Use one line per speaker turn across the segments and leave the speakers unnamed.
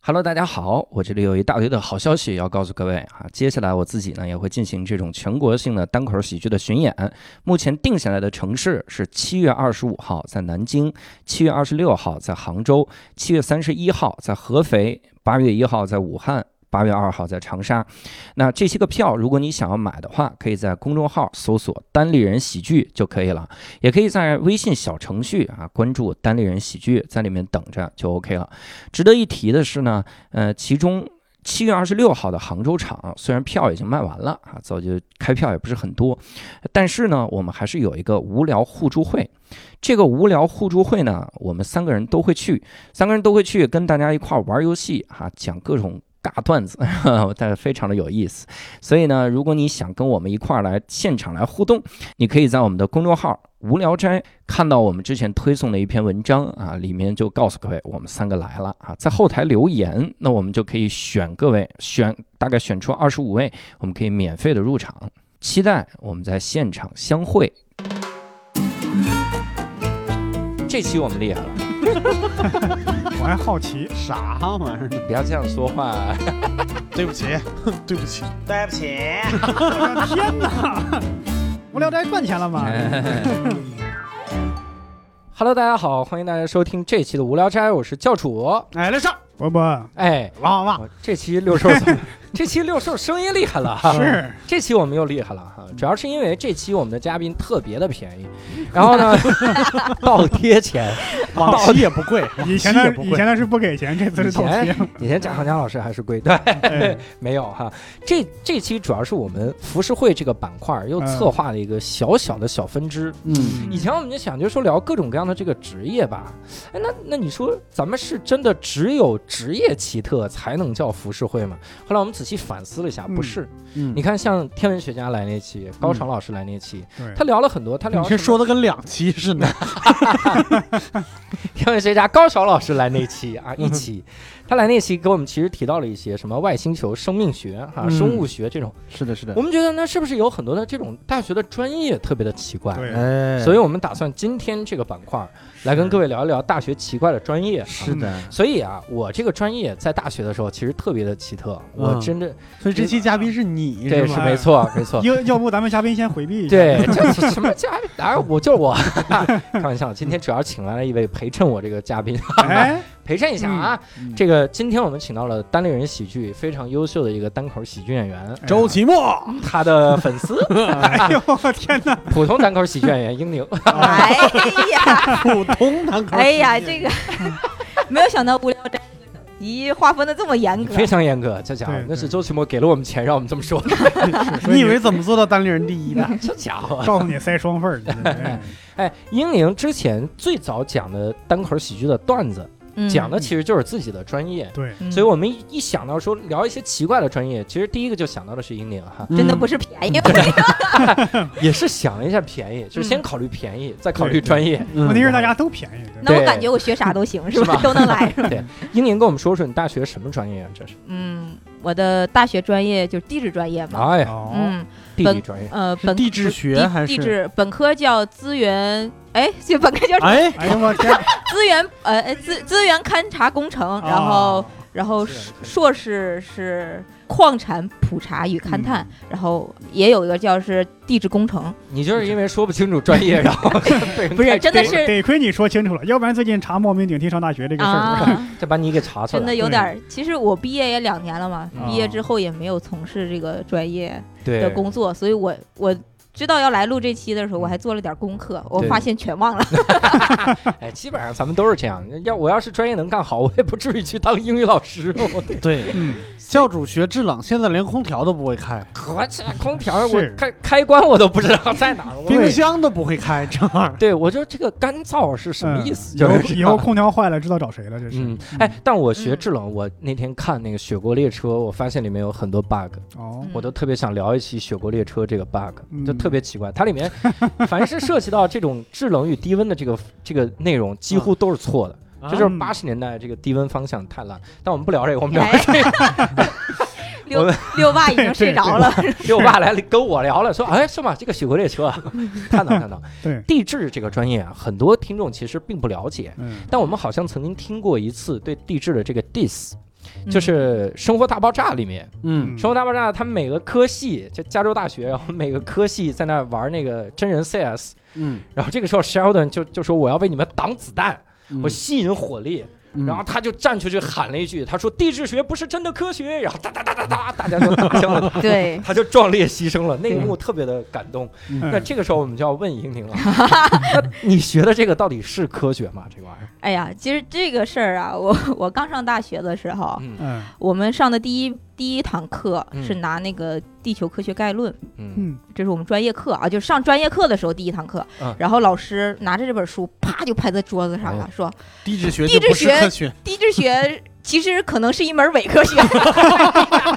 Hello，大家好，我这里有一大堆的好消息要告诉各位啊！接下来我自己呢也会进行这种全国性的单口喜剧的巡演，目前定下来的城市是七月二十五号在南京，七月二十六号在杭州，七月三十一号在合肥，八月一号在武汉。八月二号在长沙，那这些个票，如果你想要买的话，可以在公众号搜索“单立人喜剧”就可以了，也可以在微信小程序啊关注“单立人喜剧”，在里面等着就 OK 了。值得一提的是呢，呃，其中。七月二十六号的杭州场，虽然票已经卖完了啊，早就开票也不是很多，但是呢，我们还是有一个无聊互助会。这个无聊互助会呢，我们三个人都会去，三个人都会去跟大家一块儿玩游戏啊，讲各种尬段子， 呵呵但非常的有意思。所以呢，如果你想跟我们一块儿来现场来互动，你可以在我们的公众号“无聊斋”看到我们之前推送的一篇文章啊，里面就告诉各位我们三个来了啊，在后台留言，那我们就可以选各位选大概选出二十五位，我们可以免费的入场，期待我们在现场相会。这期我们厉害了，
我还好奇，
啥玩意儿？
不要这样说话。
对不起，对不起，
对不起，
我的天哪！无聊斋赚钱了吗？
Hello，大家好，欢迎大家收听这期的无聊斋，我是教主。
哎，来上，
伯伯
哎，
汪汪
哇这期六兽 怎么，这期六兽声音厉害了哈，
是
这期我们又厉害了哈，主要是因为这期我们的嘉宾特别的便宜， 然后呢倒贴钱，
汪， 往期也不 贵，
以前
往期也
的
不
以
贵
前，的是不给钱，这次是倒贴。
以前贾行家老师还是贵对，
哎
没有哈，这这期主要是我们浮世绘这个板块又策划了一个小小的小分支，
嗯，
以前我们就想就说聊各种各样的这个职业吧，哎，那那你说咱们是真的只有职业奇特才能叫浮世绘吗？后来我们仔细反思了一下，
嗯
不是。
嗯
你看，像天文学家来那期，高翔老师来那期，
对
他聊了很多，他聊
你这
了什么
说的跟两期似的，
天文学家高晓老师来那 期啊，一期，他来那期给我们其实提到了一些什么外星球生命学哈、
嗯
生物学这种，
是的，是的
我，们觉得那是不是有很多的这种大学的专业特别的奇怪？
对，
哎，
所以我们打算今天这个板块儿来跟各
位
位聊一聊大学奇怪的专业。啊
是的，
所以啊，我这个专业在大学的时候其实特别的奇特，我
嗯
真的
所以这期嘉宾是你，
这
吗
是没错没 错。
要要不咱们嘉宾先回避一下。
对，这是什么嘉宾？哎，我就是我， 开玩笑。今天主要请来了一位陪衬我这个嘉宾，
哎，
陪衬一下啊。
嗯
这个今天我们请到了单立人喜剧非常优秀的一个单口喜剧演员，
周奇墨，
他的粉丝
哎呦我天哪！
普通单口喜剧演员英宁，
哎呀，
普通男口，
哎呀，这个 没有想到无聊斋这个等级划分的这么严格。
非常严格，这家伙
对
那是
对
周奇墨给了我们钱，让我们这么说的，
所
你以为怎么做到单立人第一的？
这家伙。
告诉你塞双份儿？你这
哎，英宁之前最早讲的单口喜剧的段子，
嗯
讲的其实就是自己的专业。
对，
嗯
所以，我们一一想到说聊一些奇怪的专业，其实第一个就想到的是英宁哈，
真的不
是，
是便宜，我跟你说嗯
也是想了一下便宜，就是先考虑便宜，再考虑专业。
问
问
题是大家都便宜，对吧
那我感觉我学啥都行，是
是吧
吧？都能来，是吧？
英宁跟我们说说你大学什么专业啊？这是？
嗯，我的大学专业就是地质专业嘛。
哎呀，
哦，
嗯，
地理
本
专业，
呃，本
地质学
地
还
地
是
质本科叫资源，哎， 这本科叫
哎，
哎呦我天，
资源， 呃，哎资资源勘察工
哦
程，然后然后
资源勘察
硕士是矿产普查与勘探，然后也有一个叫是地质工程，
你就是因为说不清楚专业，然 后被人
不是
带
真的
偏
是
得亏你说清楚了，要不然最近查冒名顶替上大学这个事儿，
啊，
这把你给查出
真的
来。
有点儿。其实我毕业也两年了嘛，
啊
嗯
毕业之后也没有从事这个专业的
对，
工作，所以我我知道要来录这期的时候，我还做了点功课，我
嗯对
发现全忘了。
哎，基本上咱们都是这样。要我要是专业能干好，我也不至于去当英语老师。我
对，
嗯，
教主学制冷，现在连空调都不会开，
我这空调我
是
开开关我都不知道在哪儿。 我
冰箱都不会开，这玩意儿。
对我就这个干燥是什么意思？
嗯以
就
后
是
以后空调坏了知道找谁了，这是。
嗯，哎，但我学制冷，我那天看那个《雪国列车》，我发现里面有很多 bug，
哦，
嗯我都特别想聊一期《雪国列车》这个 bug，
嗯
就特别奇怪。它里面凡是涉及到这种制冷与低温的这个这个内容，几乎都是错的。这就
啊
嗯
是八十年代这个低温方向太烂。但我们不聊这个，我们聊
哎
这个。
六
我
六爸已经睡着了，
六爸来跟我聊了，说：“哎，是吗？这个雪国列车啊，探讨探讨。
对，
地质这个专业啊，很多听众其实并不了解，
嗯，
但我们好像曾经听过一次对地质的这个 dis， 就是《生活大爆炸》里面，
嗯
《生活大爆炸》他们每个科系，就加州大学，然后每个科系在那儿玩那个真人 CS，
嗯，
然后这个时候 Sheldon 就就说我要为你们挡子弹，我
我嗯
吸引火力，然后他就站出去喊了一句，他说地质学不是真的科学，然后哒哒哒哒哒，大家就打枪 了。
嗯对，
他就壮烈牺牲了，那一幕特别的感动。
嗯
那这个时候我们就要问莹婷 了，那你学的这个到底是科学吗？这个玩意儿，
哎呀，其实这个事儿啊，我我刚上大学的时候，
嗯
嗯
我们上的第一第一堂课
嗯
是拿那个《地球科学概论》，
嗯
嗯，
这是我们专业课啊，就是上专业课的时候第一堂课
嗯。哎
然后老师拿着这本书，啪就拍在桌子上了，说
地质学
地
就
质
不是
学
科学，
地质学其实可能是一门伪科学。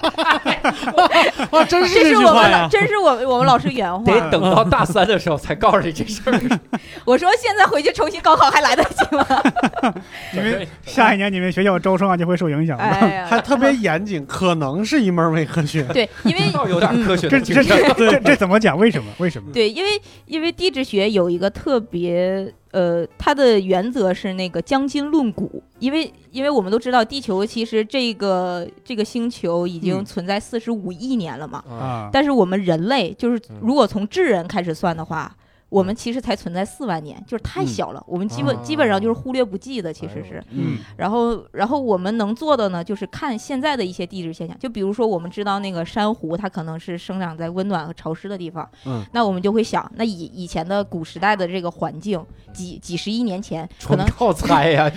哇，真这
这是
句
我
话
们老，
呀！
这是我们我们老师原话。
得等到大三的时候才告诉你这事儿，
嗯我说现在回去重新高考还来得及吗？
因为下一年你们学校招生啊就会受影响的。
哎呀，
还特别严谨，可能是一门伪科学。
对，因为
要有点科学
这
的
这
精神。
这这这怎么讲？为什么？为 什么？
对，因为因为地质学有一个特别呃，它的原则是那个将今论古，因为因为我们都知道地球其实这个这个星球已经
嗯
存在四十五亿年了嘛，
啊，
啊，
但是我们人类就是
嗯
如果从智人开始算的话。我们其实才存在四万年，就是太
嗯
小了。我们基本、基本上就是忽略不计的，其
啊哎
实
呦
是。
嗯
然后，然后我们能做的呢，就是看现在的一些地质现象，就比如说我们知道那个珊瑚，它可能是生长在温暖和潮湿的地方，
嗯，
那我们就会想，那以以前的古时代的这个环境，几几十亿年前，可
纯
能
靠猜 呀，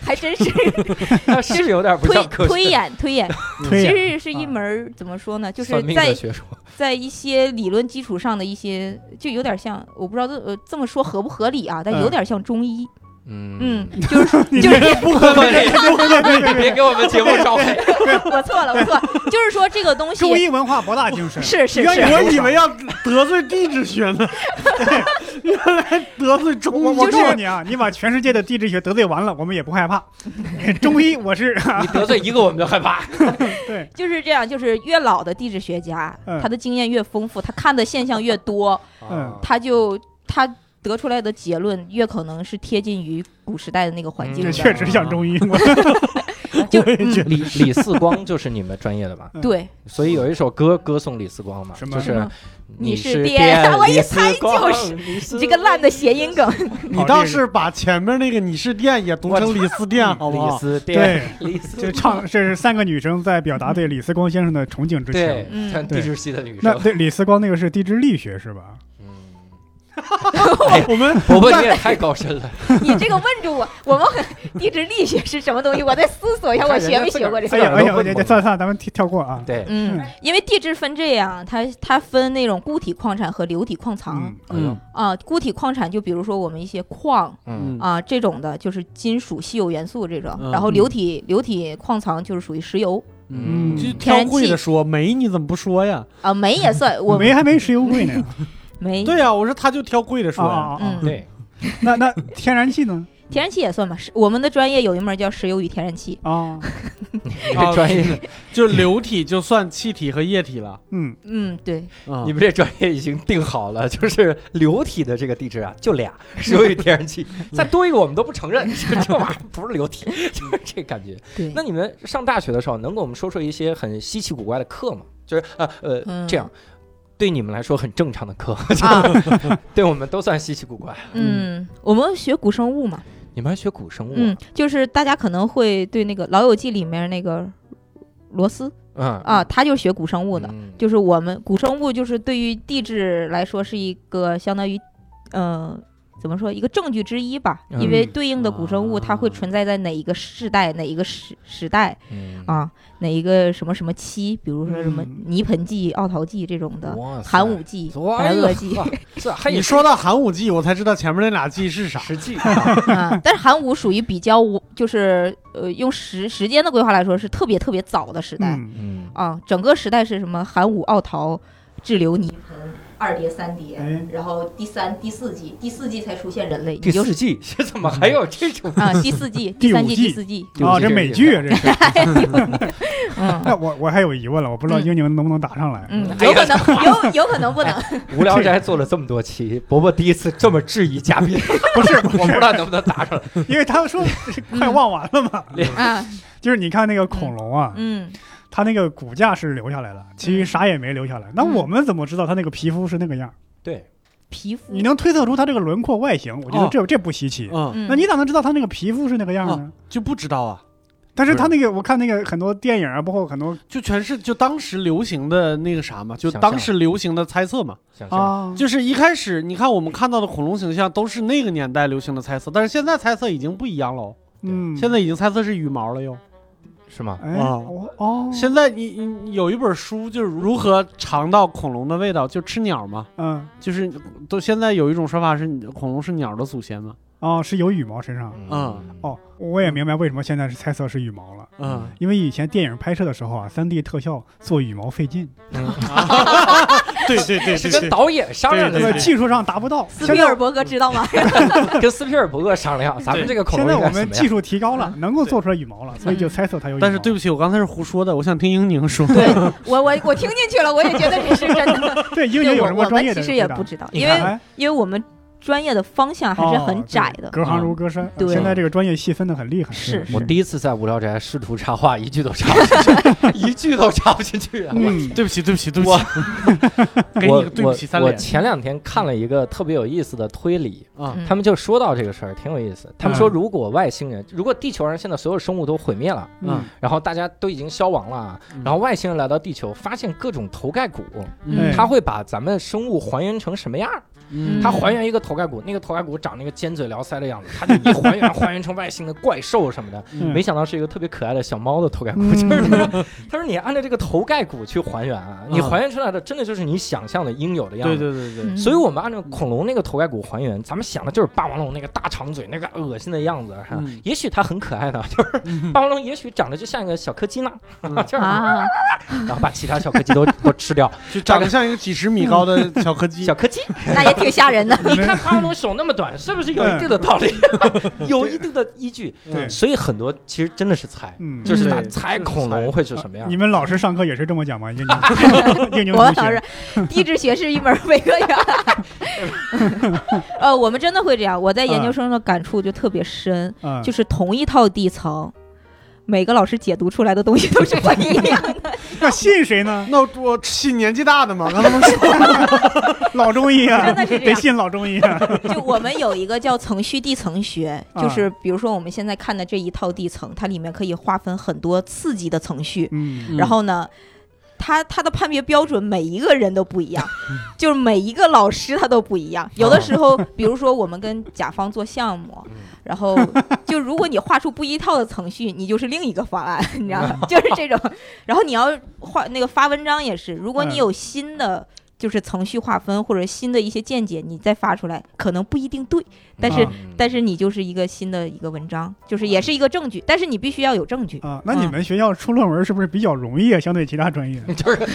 还真是
那是有 点不
推
像科学。
推演 推演，
推
其
演
实是一门儿怎么说呢，就是
啊算命
在
的学说，
在一些理论基础上的一些，就有点像，我不知道这呃这么说合不合理啊，但有点像中医，嗯，就是说
你
就
这
是
个 不合理，这个不合理。
嗯别给我们节目招黑。
我错了我错了，就是说这个东西
中医文化博大精深，
是 是
原
是。
来我以为要得罪地质学呢，原来得罪中
我
医。
我告诉你啊，你把全世界的地质学得罪完了，我们也不害怕。中医我是 啊
你得罪一个我们就害 怕。
对，
就是这样，就是越老的地质学家，
嗯
他的经验越丰富，他看的现象越多，
嗯
他就他得出来的结论越可能是贴近于古时代的那个环境
这
的。
嗯
确实像中医。 我
就
我也觉得
李李四光就是你们专业的吧？
对，
所以有一首歌歌颂李四光嘛，
什么
就是
你
是
是编 我一
李四
猜就
光
是
你是
你这个烂的谐 音梗，
你倒是把前面那个你是电也读成李四电，好不
嗯李
好？
四
对
电， 李四
就唱，这是三个女生在表达对李四光先生的崇敬之
对
情。
嗯，
像地质系的女
那
生。
对李四光那个是地质力学是吧？
嗯，
哎
我们
伯伯你也太高深了，
你这个问住我，我们地质力学是什么东西？我在思索一下，我学没学过这
哎
个。
呀哎呀，哎呀
这
算了算了，咱们跳跳过啊。
对，
嗯，因为地质分这样，它它分那种固体矿产和流体矿藏
嗯，
哎
嗯
啊、固体矿产就比如说我们一些矿，
嗯，
啊，这种的就是金属、稀有元素这种，
嗯
然后流体流体矿藏就是属于石油
嗯
就挑会的说煤，你怎么不说呀？
啊，煤 也算我
煤还没石油贵 呢。
煤
对呀、我说他就挑贵的
啊
说呀。
啊啊啊！
嗯
对，
那那天然气呢？
天然气也算吧。是我们的专业有一门叫石油与天然气，
啊，
你这专业，
就流体就算气体和液 体了。
嗯，
嗯，对，
啊
你们这专业已经定好了，就是流体的这个地质啊，就俩，石油与天然气，再多一个我们都不承认，这这玩意儿不是流体，就是这感觉。
对
那你们上大学的时候，能给我们说说一些很稀奇古怪的课吗？就是呃呃、
嗯
这样，对你们来说很正常的课，
啊，
对我们都算稀奇古怪。
嗯，我们学古生物嘛，
你们还学古生物
嗯
啊？，
就是大家可能会对那个《老友记》里面那个罗斯
嗯
啊，他就是学古生物的，
嗯
就是我们古生物就是对于地质来说是一个相当于，呃。怎么说一个证据之一吧，因为
嗯
对应的古生物它会
啊
存在在哪一个世代、哪一个时时代，
嗯，
啊，哪一个什么什么期，比如说什么
嗯
泥盆纪、奥陶纪这种的，
哇塞
寒武纪、白垩纪
啊
哇 这还
你说到寒武纪，我才知道前面那俩纪是啥。
实际
啊，但是寒武属于比较我，就是呃，用时时间的规划来说是特别特别早的时代
嗯，
嗯
啊，整个时代是什么寒武、奥陶、滞留、泥盆、二叠、三叠
哎，
然后第三、第四季，第四季才出现人类，
第
你就
四季怎么还有 这种？
啊，第四季、
第
第三
五
季、
季
第四季，
对
啊，
不起
这美剧啊，这是。
嗯
那我我还有疑问了，我不知道
嗯
英宁能不能答上来。
嗯，有可能有有可能不能，
无聊斋做了这么多期，伯伯第一次这么质疑嘉 宾，
不是，不
我不知
是，
道能不能答上来。
因为他们说快忘完了嘛。
啊，
就是你看那个恐龙啊，
嗯，
它那个骨架是留下来了，其余啥也没留下来。那
嗯
我们怎么知道它那个皮肤是那个样儿？
对，
皮肤
你，能推测出它这个轮廓外形，我觉得
哦
这这不稀奇。
嗯，
嗯哦
那你咋能知道它那个皮肤是那个样儿呢？
就不知道啊，
但是它那个，我看那个很多电影啊，包括很多
就全是就当时流行的那个啥嘛，就
想象
当时流行的猜测嘛。
想
哦
象
啊，
就是一开始你看我们看到的恐龙形象都是那个年代流行的猜测，但是现在猜测已经不一样了哦，
嗯，
现在已经猜测是羽毛了哟。
是吗？
哎，
啊
哦哦，
现在你你你有一本书就是如何尝到恐龙的味道，就吃鸟嘛，
嗯，
就是都现在有一种说法是恐龙是鸟的祖先嘛。
哦，是有羽毛身上。
嗯
哦，我也明白为什么现在是猜测是羽毛了，
嗯，
因为以前电影拍摄的时候啊，三 D 特效做羽毛费劲，
对对对
是跟导演商量
对对
的
那，技术上达不到。
斯
现
皮
在
尔伯格知道吗？
跟斯皮尔伯格商量，咱们这个恐
现
龙
在
应
我
该什
们
么
技
样？
术提高了，能够做出来羽毛了，所以就猜测它有羽毛。
但是对不起，我刚才是胡说的，我想听英宁说。
我我我听进去了，我也觉得这是真的。
对英
对
语有
我
什么
我
专
们
业的
其
回答？
实也不知道，
你
因
看
为
哎
因为我们专业的方向还是
哦
很
对
窄的。
隔行如隔山。
对
现在这个专业细分的很厉害。
是
我第一次在无聊斋试图插话，一句都插不 进去，一句都插不进去啊！
嗯，
对不起，对不起，对不
我
起， 给你
我
个对不起三
我我
连。
前两天看了一个特别有意思的推理，
啊，
嗯
他们就说到这个事儿，挺有意思。他
嗯
们说，如果外星人，如果地球上现在所有生物都毁灭了，
嗯
然后大家都已经消亡了
嗯，
然后外星人来到地球，发现各种头盖骨，
嗯
哎
他会把咱们生物还原成什么样儿？
嗯
他还原一个头盖骨，那个头盖骨长那个尖嘴聊腮的样子，他就一还原还原成外星的怪兽什么的。
嗯
没想到是一个特别可爱的小猫的头 盖骨，
嗯
就是 他说，他说你按照这个头盖骨去还原啊，你
啊
还原出来的真的就是你想象的应有的样
对对
子。
对对，
嗯
所以，我们按照恐龙那个头盖骨还原，咱们想的就是霸王龙那个大长嘴、那个恶心的样子。哈
嗯
也许它很可 爱的，就是霸王龙，也许长得就像一个小柯基 呢，
嗯
就是
啊，
然后把其他小柯基都 都吃掉。
就长得像一个几十米高的小柯基
小。柯基，
那也挺吓人的。
你看霸王龙手那么短，是不是有一定的道理？ 有一定的依据。
对
所以很多其实真的是猜，
嗯，啊
就是他
对
猜
就是
恐龙会是什么样
你。们老师上课也是这么讲吗？英宁，英宁
我
同
老
学
师，，地质学是一门伪科学。 呃，我们真的会这样。我在研究生的感触就特别深，
嗯，
就是同一套地层，每个老师解读出来的东西都是不一样的。
那信谁呢？
那我我信年纪大的嘛，刚才不 是说
老中医啊，
真的是这
得
样
信老中医 啊。
就我们有一个叫层序地层学，
啊
就是比如说我们现在看的这一套地层，它里面可以划分很多次级的层序，
嗯，
然后呢。它它的判别标准每一个人都不一样，
嗯
就是每一个老师他都不一样。有的时候，
哦
比如说我们跟甲方做项目，
嗯
然后就如果你画出不一套的程序，你就是另一个方案， 你知道
嗯
吗？就是这种。然后你要画那个发文章也是，如果
嗯
你有新的就是程序划分或者新的一些见解，你再发出来可能不一定对，但是、
啊
嗯
但是你就是一个新的一个文章，就是也是一个证据，但是你必须要有证据。
嗯啊，那你们学校出论文是不是比较容易啊？相对其他 专业，
就是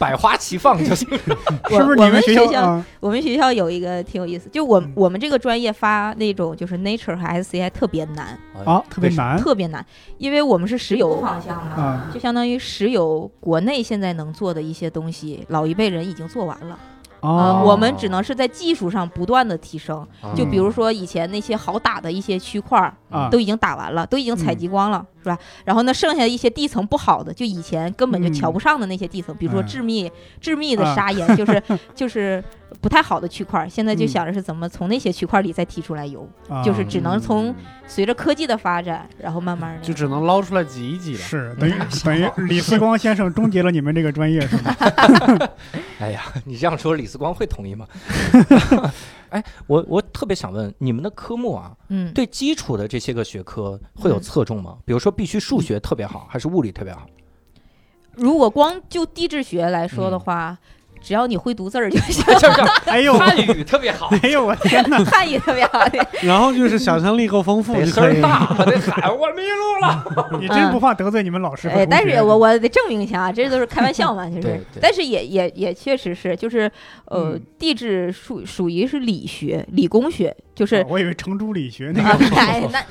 百花齐放就行。
我
是不是
我
你
们
学
校？
啊？
我们学校有一个挺有意思，就我
嗯
我们这个专业发那种就是 Nature 和 SCI 特别难，
啊，特别难
特别难，因为我们是石油方向嘛，
啊。
就相当于石油国内现在能做的一些东西，老一辈人已经做完了啊、
哦，
我们只能是在技术上不断的提升，
啊
就比如说以前那些好打的一些区块儿
啊
都已经打完了，都已经采
嗯
集光了，是吧？然后呢，剩下一些地层不好的，就以前根本就瞧不上的那些地层，比如说
嗯
致密、致密的
啊
砂岩，就是就是不太好的区块儿，现在就
嗯
想着是怎么从那些区块里再提出来油，
啊
就是只能从随着科技的发展，然后慢慢的
就只能捞出来挤一挤了。
是等于等于 李四光先生终结了你们这个专业是吗？
哎呀， 你这样说李四光会同意吗？哎，我我特别想问，你们的科目啊，
嗯，
对基础的这些个学科会有侧重吗？比如说必须数学特别好，还是物理特别好？，
嗯
如果光就地质学来说的话，只要你会读字儿就 行
就是
哎呦，
汉语特别 好，
哎呦，我天哪！
汉语特别好。对
然后就是想象力够丰富
得
就
声
可以
儿
了。
大，得喊我迷路了。
你真不怕得罪你们老师和
哎，
同
但
学
是我我得证明一下啊，这都是开玩笑嘛，其
对
实
对，
但是也也也确实是，就是呃
嗯，
地质属属于是理学、理工学，就是
哦我以为程朱理学那
啊，
个
哎，那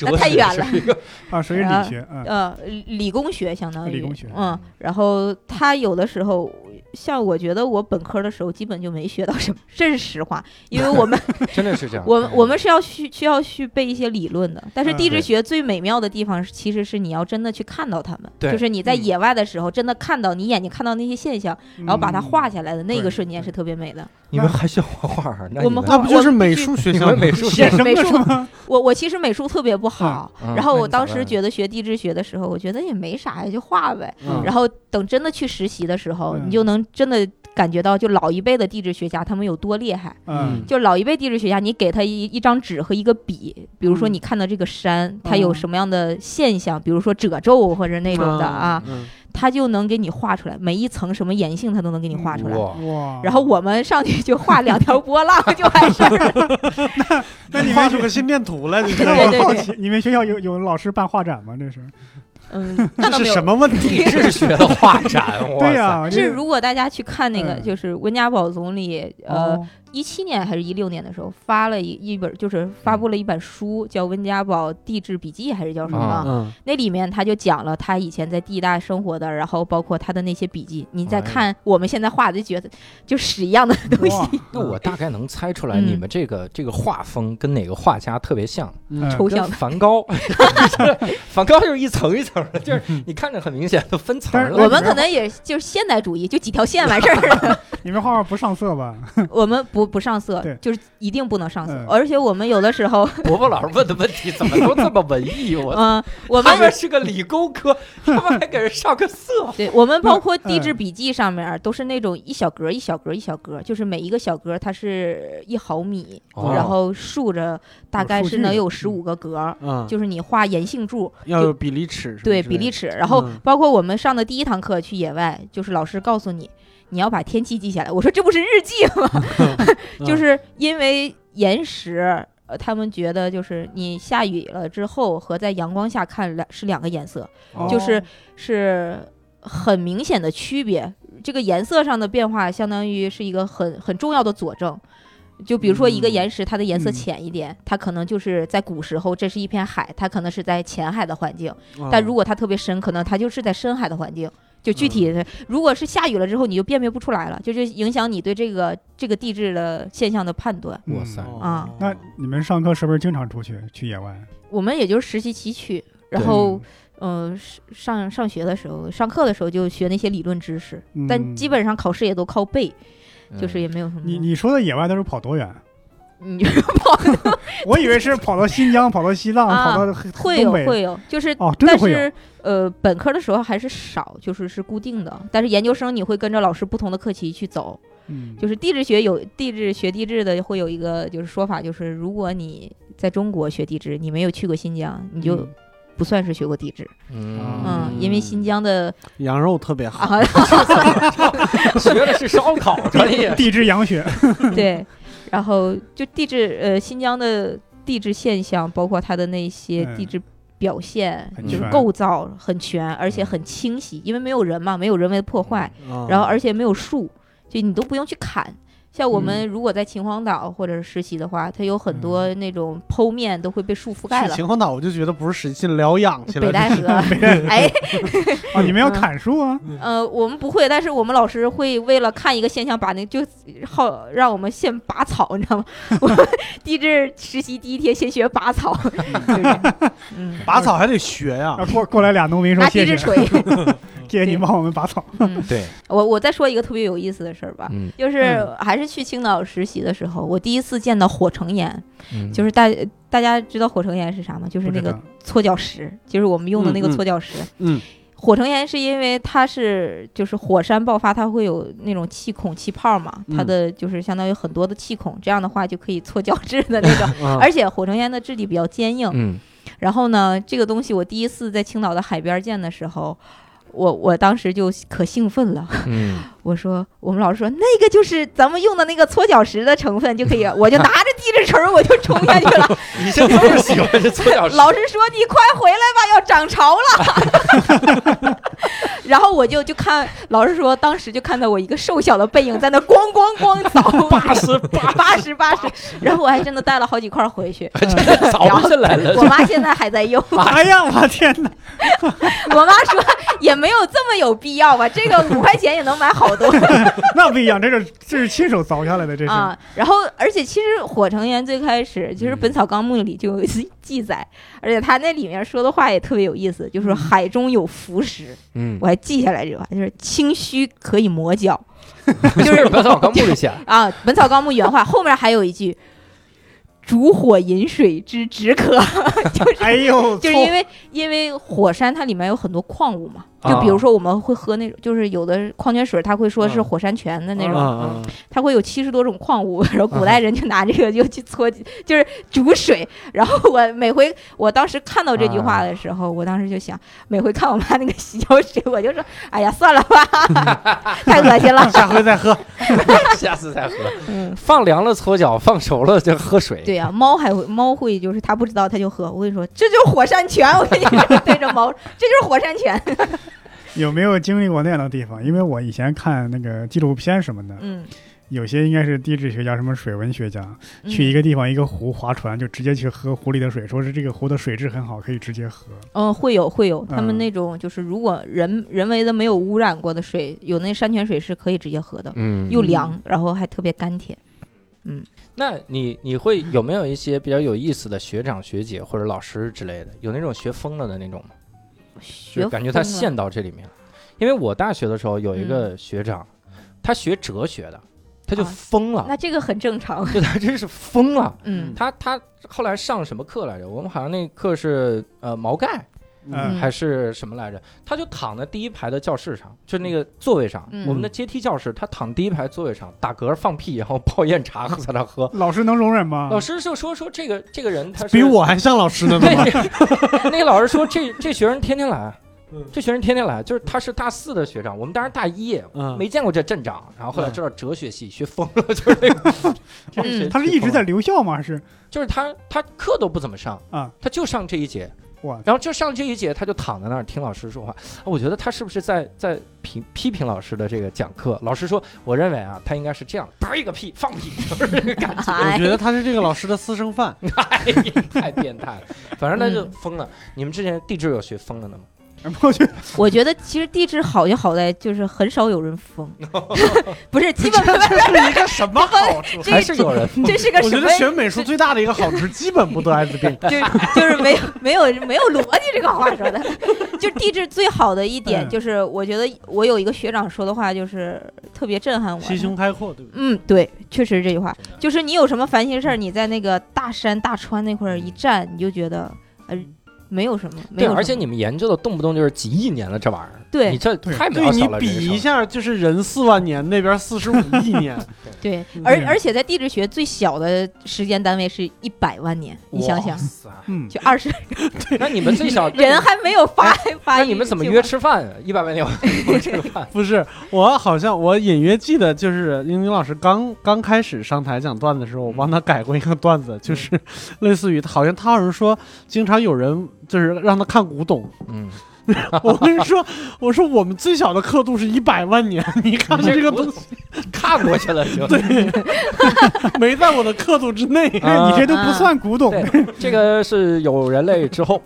那太远了，
啊，属于理学啊。
呃，理工学相当于
理工学
嗯，然后他有的时候，像我觉得我本科的时候基本就没学到什么，这是实话，因为我们
真的是这样。
我们我们是要需需要去背一些理论的，但是
嗯
地
对
质学最美妙的地方是，其实是你要真的去看到它们，
对
就是你在
嗯
野外的时候真的看到你眼睛看到那些现象，然后
嗯
把它画下来的那
对
个瞬间是特别美的。
你们还学画画儿？哎那你
我们
那不就是美术学
你
校
们
吗？
美术
嗯写
学
是
生
美
的
术
是 吗？
我我其实美术特别不好，
嗯
然后
那
我
你咋
当
办
时
呢
觉得学地质学的时候，我觉得也没啥呀，就画呗。
嗯
然后等真的去实习的时候，
嗯
你就能真的感觉到，就老一辈的地质学家他们有多厉害。
嗯，
就老一辈地质学家，你给他一一张纸和一个笔，比如说
嗯
你看到这个山，它
嗯
有什么样的现象，比如说褶皱或者那种的啊，
嗯，
他就能给你画出来，每一层什么岩性他都能给你画出来。
哇，
嗯哇！
然后我们上去就画两条波浪就完事儿了。
那你
画
们
出个心电图来，你知道
对
吗？
对
好
对，
奇，你们学校有有老师办画展吗？这是？
嗯， 那
这
倒
是
没有
什么问题？
地 质学的画展，哇
对
塞
呀，
是
这
如果大家去看那个，
嗯
就是温家宝总理，呃，
哦
一七年还是一六年的时候发了一一本，就是发布了一本书，叫《温家宝地质笔记》还是叫什么？
嗯，
那里面他就讲了他以前在地大生活的，然后包括他的那些笔记。你再
哎呀
看我们现在画的，就觉得就屎一样的东西。
哇
那我大概能猜出来你们这个这个画风跟哪个画家特别像，
嗯
抽象
跟
的，
梵高， 就是梵高就是一层一层的，就是你看着很明显都分层
但
了。
是
我们可能也就是现代主义，就几条线完事儿了。
你们画画不上色吧？
我们不不上色
对，
就是一定不能上色
嗯。
而且我们有的时候，
伯伯老师问的问题怎么都这么文艺？我
嗯， 我
他
们
们是个理工科， 他们还给人上个色。
对我们包括
那
地质
嗯
笔记上面儿都是那种一小格儿一小格儿一小格儿，就是每一个小格儿它是一毫米，
嗯
哦
然后竖着大
有
概
哦数
是
据
能
的
有
嗯
十五个格儿，
嗯，
就是你画岩性柱，
要有比例尺，
对比例
尺，
尺。然后
嗯
包括我们上的第一堂课去野外，就是老师告诉你你要把天气记下来。我说这不是日记 吗？ 就
嗯
是因为岩石。呃，他们觉得就是你下雨了之后和在阳光下看两是两个颜色，
哦
就是是很明显的区别。这个颜色上的变化，相当于是一个很很重要的佐证。就比如说一个
嗯
岩石，它的颜色
嗯
浅一点，它可能就是在古时候，这是一片海，它可能是在浅海的环境；
嗯
但如果它特别深，可能它就是在深海的环境。就具体的，如果是下雨了之后，你就辨别不出来了，就就影响你对这个这个地质的现象的判断。
哇塞
哦
啊
嗯那你们上课是不是经常出去去野外？
我们也就是实习期去，然
对
后嗯、呃上上学的时候，上课的时候就学那些理论知识，
嗯
但基本上考试也都靠背，
嗯
就是也没有什么。嗯
你你说的野外都是跑多 远？
你跑
我以为是跑到新疆、跑到西藏、
啊
跑到
会
东
有
北。
会有，就是、
哦，真的
但
会有。
是呃本科的时候还是少，就是是固定的，但是研究生你会跟着老师不同的课题去走，
嗯，
就是地质学有地质学地质的会有一个就是说法，就是如果你在中国学地质，你没有去过新疆，你就
嗯
不算是学过地质，
嗯，
嗯，因为新疆的
羊肉特别好，
啊。
学的是烧烤专 业。
地质养雪。
对，然后就地质呃新疆的地质现象，包括它的那些地
嗯
质表现，
很
就是
全
构造很全，而且
嗯
很清晰，因为没有人嘛，没有人为的破坏，
嗯
然后而且没有树，就你都不用去砍。像我
嗯
们如果在秦皇岛或者是实习的话，它有很多那种剖面都会被树覆盖
去
了，
秦皇岛我就觉得不是实际疗养去
北
了，
戴河，哎，
啊，你们要
嗯
砍树啊？
呃，我们不会，但是我们老师会为了看一个现象，把那就好让我们先拔草，你知道吗？ 我们地质实习第一天先学 拔草，就是嗯，
拔草还得学呀
啊，，过过来俩农民说
拿
谢
地质
谢，
锤。
谢谢你
对
帮我们拔草。
嗯，
对，
我我再说一个特别有意思的事儿吧，
嗯，
就是还是去青岛实习的时候，我第一次见到火成岩，
嗯
就是是大大家知道火成岩是啥吗？就是
不
那
知
个
道
搓脚石，就是我们用的那个
嗯嗯
搓脚石。
嗯，
火成岩是因为它是就是火山爆发，它会有那种气孔、气泡嘛，它
嗯
的就是相当于很多的气孔，这样的话就可以搓脚趾的那种。
嗯
而且火成岩的质地比较坚硬，
嗯，
然后呢，这个东西我第一次在青岛的海边见的时候，我我当时就可兴奋了，
嗯，
我说我们老师说那个就是咱们用的那个搓脚石的成分就可以， 我就拿着地质锤儿我就冲下去了。
你现在就是喜欢这搓 脚石，，
老师说你快回来吧， 要涨潮了。 然后我就就看老师说，当时就看到我一个瘦小的背影在那咣咣咣 凿，八十八八十八十，然后我还真的带了好几块回去
真的凿下来了
我。妈现在还在用。
哎呀，我天哪！
我妈说也没有这么有必要吧，这个五块钱也能买好 多
那不一样，这是这是亲手凿下来的，这是。
啊。然后，而且其实火成岩最开始其实《本草纲目》里就有记载，而且他那里面说的话也特别有意思，就说海中有浮石，
嗯，
我还记下来这句话，就是清虚可以磨脚，就
就是
是
本草纲目里写，
啊，《本草纲目》原话后面还有一句。烛火饮水之止渴，就是
哎呦，
就是因为因为火山它里面有很多矿物嘛，就比如说我们会喝那种，就是有的矿泉水，它会说是
嗯
火山泉的那
啊
种，
啊，
它会有七十多种矿物， 然后古代人就拿这个就去搓，就是煮水。然后我每回我当时看到这句话的时候，我当时就想，每回看我妈那个洗脚水， 我就说，哎呀，算了吧， 太恶心了。
下回再喝。
下次再喝。
嗯，
放凉了搓脚，放熟了就喝水。
对呀、啊猫还会猫会就是它不知道它就喝。我跟你说，这就是火山泉。我跟你说，对着猫，这就是火山泉。
有没有经历过那样的地方？因为我以前看那个纪录片什么的，
嗯，
有些应该是地质学家、什么水文学家，
嗯
去一个地方一个湖划船，就直接去喝湖里的水，说是这个湖的水质很好，可以直接喝。
嗯，会有会有，他们
嗯
那种就是如果人人为的没有污染过的水，有那山泉水是可以直接喝的，
嗯
又凉，然后还特别甘甜。
那你你会有没有一些比较有意思的学长学姐或者老师之类的？有那种学疯了的那种吗？
学
就感觉他
疯了嗯
陷到这里面了。因为我大学的时候有一个学长，他学哲学的，他就
啊
疯了，
那这个很正常。
就他真是疯了。
嗯
他他后来上什么课来着？我们好像那课是呃毛概
嗯
还是什么来着？他就躺在第一排的教室上，就那个座位上，
嗯
我们的阶梯教室，他躺第一排座位上打嗝放屁，然后 泡燕茶在那喝。
老师能容忍吗？
老师就说说这个这个人他是
嗯比我还像老师呢，
对， 那个老师说这这学生天天来
嗯，
这学生天天来，就是他是大四的学长，我们当时大一。
嗯，
没见过这镇长，然后后来知道哲学系学疯了，就是那个，
嗯
真是学
他是一直在，留校吗？还是
就是他他课都不怎么上
啊，
他就上这一节，
哇
然后就上这一节，他就躺在那儿听老师说话。啊我觉得他是不是在在批批评老师的这个讲课？老师说，我认为啊，他应该是这样，啪一个屁，放屁， 就是这个感觉。
哎
我 觉得他是这个老师的私生 饭。
哎呀太变态了，反正他就疯了。你们之前地质有学疯了的吗？
我去，
我觉得其实地质好就好在就是很少有人 疯， 不是基本
这是一个什么好 处？
这
还是有人
这是个
我
什
觉
么
得？学美术最大的一个好 处，基本不得艾滋 病。
就是就是没有没有没有逻辑这个话说的， 就地质最好的一点
嗯
就是我觉得我有一个学长说的话就是特别震撼我，
心胸开阔，对不对？
嗯，对，确实是这句话，就是你有什么烦心事儿，你在那个大山大川那块儿一站，你就觉得，呃，没有什么，没
对，
有什么。
而且你们研究的动不动就是几亿年了，这玩意儿，
对
你这
对
太渺
对你
小了。
比
人生
一，下，就是人四万年，那边四 十五亿年，
对，
嗯
而而且在地质学最小的时间单位是一百万年，你想想
哇，塞，
嗯，
就二十
那你们最小
人还没有发
那
发育就。
你们怎么约吃饭啊？一百万年我我吃个饭，
不是，我好像我隐约记得，就是英宁老师刚刚开始上台讲段子的时候，我帮他改过一个段子，就是 类似于好像他好像说，经常有人就是让他看古 董。
嗯，
我跟你说，我说我们最小的刻度是一百万年，你 看看这个东西
嗯 看过去了就。对，
没在我的刻度之内。
啊
你这都不算古董，
这个是有人类之 后，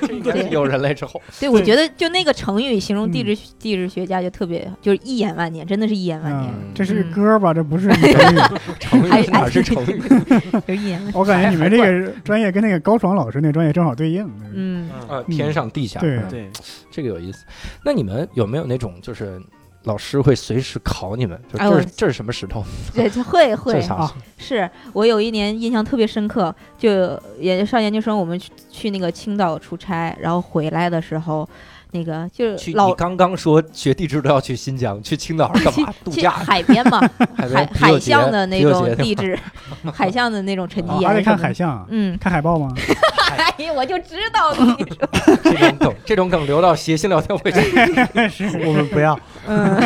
这应该是有人类之后。
对，我
对
觉得就那个成语形容地质地质学家就特别，就是一眼万年，真的是一眼万年，
嗯，这是歌吧？这不是你成语。
成语
哎
哪是
哎
成语？
就是一眼万年。
我感觉你们这个专业跟那个高爽老师那个专业正好对应。
嗯，
啊，天上地下。
对
嗯
对，
这个有意思。那你们有没有那种就是老师会随时考你们？就
哎
这
我
是这是什么石头？
对，会会哦
这。啥
啊
石头？
是我有一年印象特别深刻，就也上研究生，我们去去那个青岛出差，然后回来的时候，那个就是
去
老
你刚刚说学地质都要去新疆，去青岛干
去
嘛？度
去
假？
海 边嘛，
海
海
边啤酒
海
节
象的那
啤酒
种
节哦
地质，海象的那种沉积
还
岩
得
什
看
么
海
的。
象啊，
嗯，
看海豹吗？
海
哎 呀，我就知道跟你说，
这种梗， 这种梗留到谐星聊天会上。
我们不要，
嗯，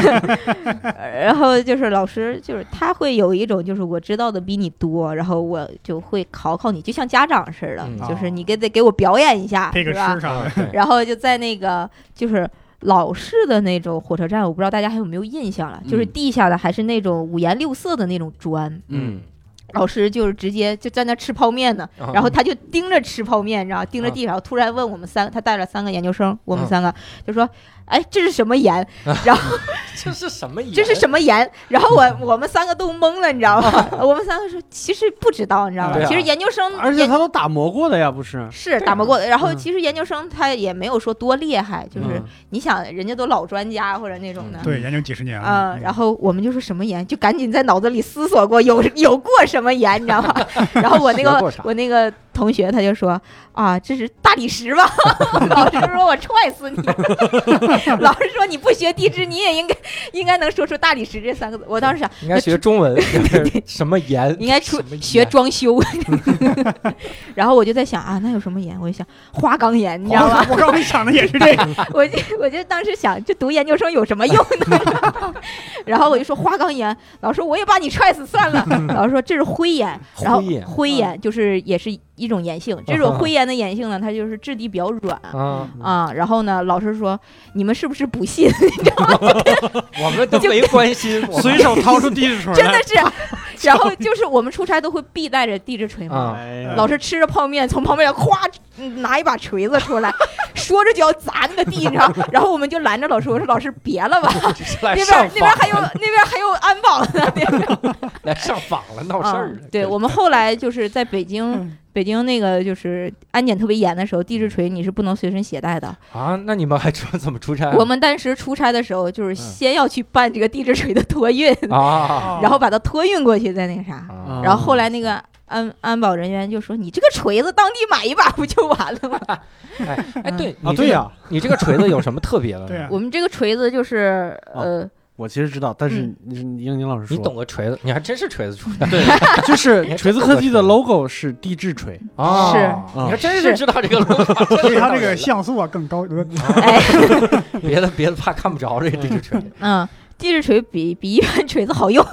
然后就是老师，就是他会有一种就是我知道的比你多，然后我就会考考你，就像家长似的，
嗯
就是你给得给我表演一下，
这个
是吧
吃？啥
啊
的，
对
然后就在那个就是老式的那种火车站，我不知道大家还有没有印象了，就是
嗯
地下的还是那种五颜六色的那种砖，
嗯，
老师就是直接就在那吃泡面呢，然
嗯
后他就盯着吃泡面，然后盯着地上，然后突然问我们三，他带了三个研究生，我们
嗯
三个就说：“哎，这是什么盐？然后
啊这是什么？
这是什么盐？”然后我我们三个都懵了，你知道吗？ 我们三个说其实不知道，你知道吗
对？啊
其实研究生
而且
研
他都打磨过的呀，不是？
是
对
打磨过的，然后
嗯
其实研究生他也没有说多厉害，就是
嗯
你想人家都老专家或者那种的。
嗯
对，研究几十年了
嗯，然后我们就说什么盐，就赶紧在脑子里思索过有 有过什么盐，你知道吗？ 然后我那
学过
个
啥
我那个同学他就说啊，这是大理石吧？ 老师说我踹死你！ 老师说你不学地质，你也应该应该能说出大理石这三个字。我当时想，
应该学中 文，就是什么盐？
应该出
什么盐
学装修， 然后我就在想啊，那有什么盐？我就想花岗岩，你知道吗？
我刚才想的也是 这个，
我就我就当时想，这读研究生有什么用呢？ 然后我就说花岗岩，老师我也把你踹死算了。老师说这是灰 岩，然后
灰岩嗯
灰岩就是也是一种岩性，这种灰岩的岩性呢，它就是质地比较软。
啊，
嗯
啊，然后呢？老师说你们是不是 不信？
我们都没关心，我们
随手掏出 地质锤
真的是。然后就是我们出差都会必带着地质锤嘛。
啊，
哎呀
老师吃着泡面，从旁边咵嗯拿一把锤子出来，说着就要砸那个地，你知道？然后我们就拦着老师，我说老师别了吧，
是来
那边
哎上
那边
访，
还有那边还有安保 呢，那边啊
来上访了，闹事儿了。
对我们后来就是在北京，北京那个就是安检特别严的时候，
嗯
地质锤你是不能随身携带的。
啊，那你们还出怎么出差啊？
我们当时出差的时候，就是先要去办这个地质锤的托运，
嗯啊
然后把它托运过去，再那个啥。
啊，
然后后来那个安安保人员就说：“你这个锤子当地买一把不就完了吗
哎，对
啊，对，呀，
你这个你这个锤子有什么特别 的？
对啊，，”
我们这个锤子就是
哦
呃，
我其实知道，但是
嗯
你你英宁老师说，
你 懂个锤子，你还真是锤子出身
就是锤子科技的 logo 是地质锤，
啊
是
你还真是知道这 个 logo，
所以它这
真
个
是
像素啊更高，有的
哎，
别的别的怕看不着这个这个锤子，
嗯，地质锤比比一般锤子 好用，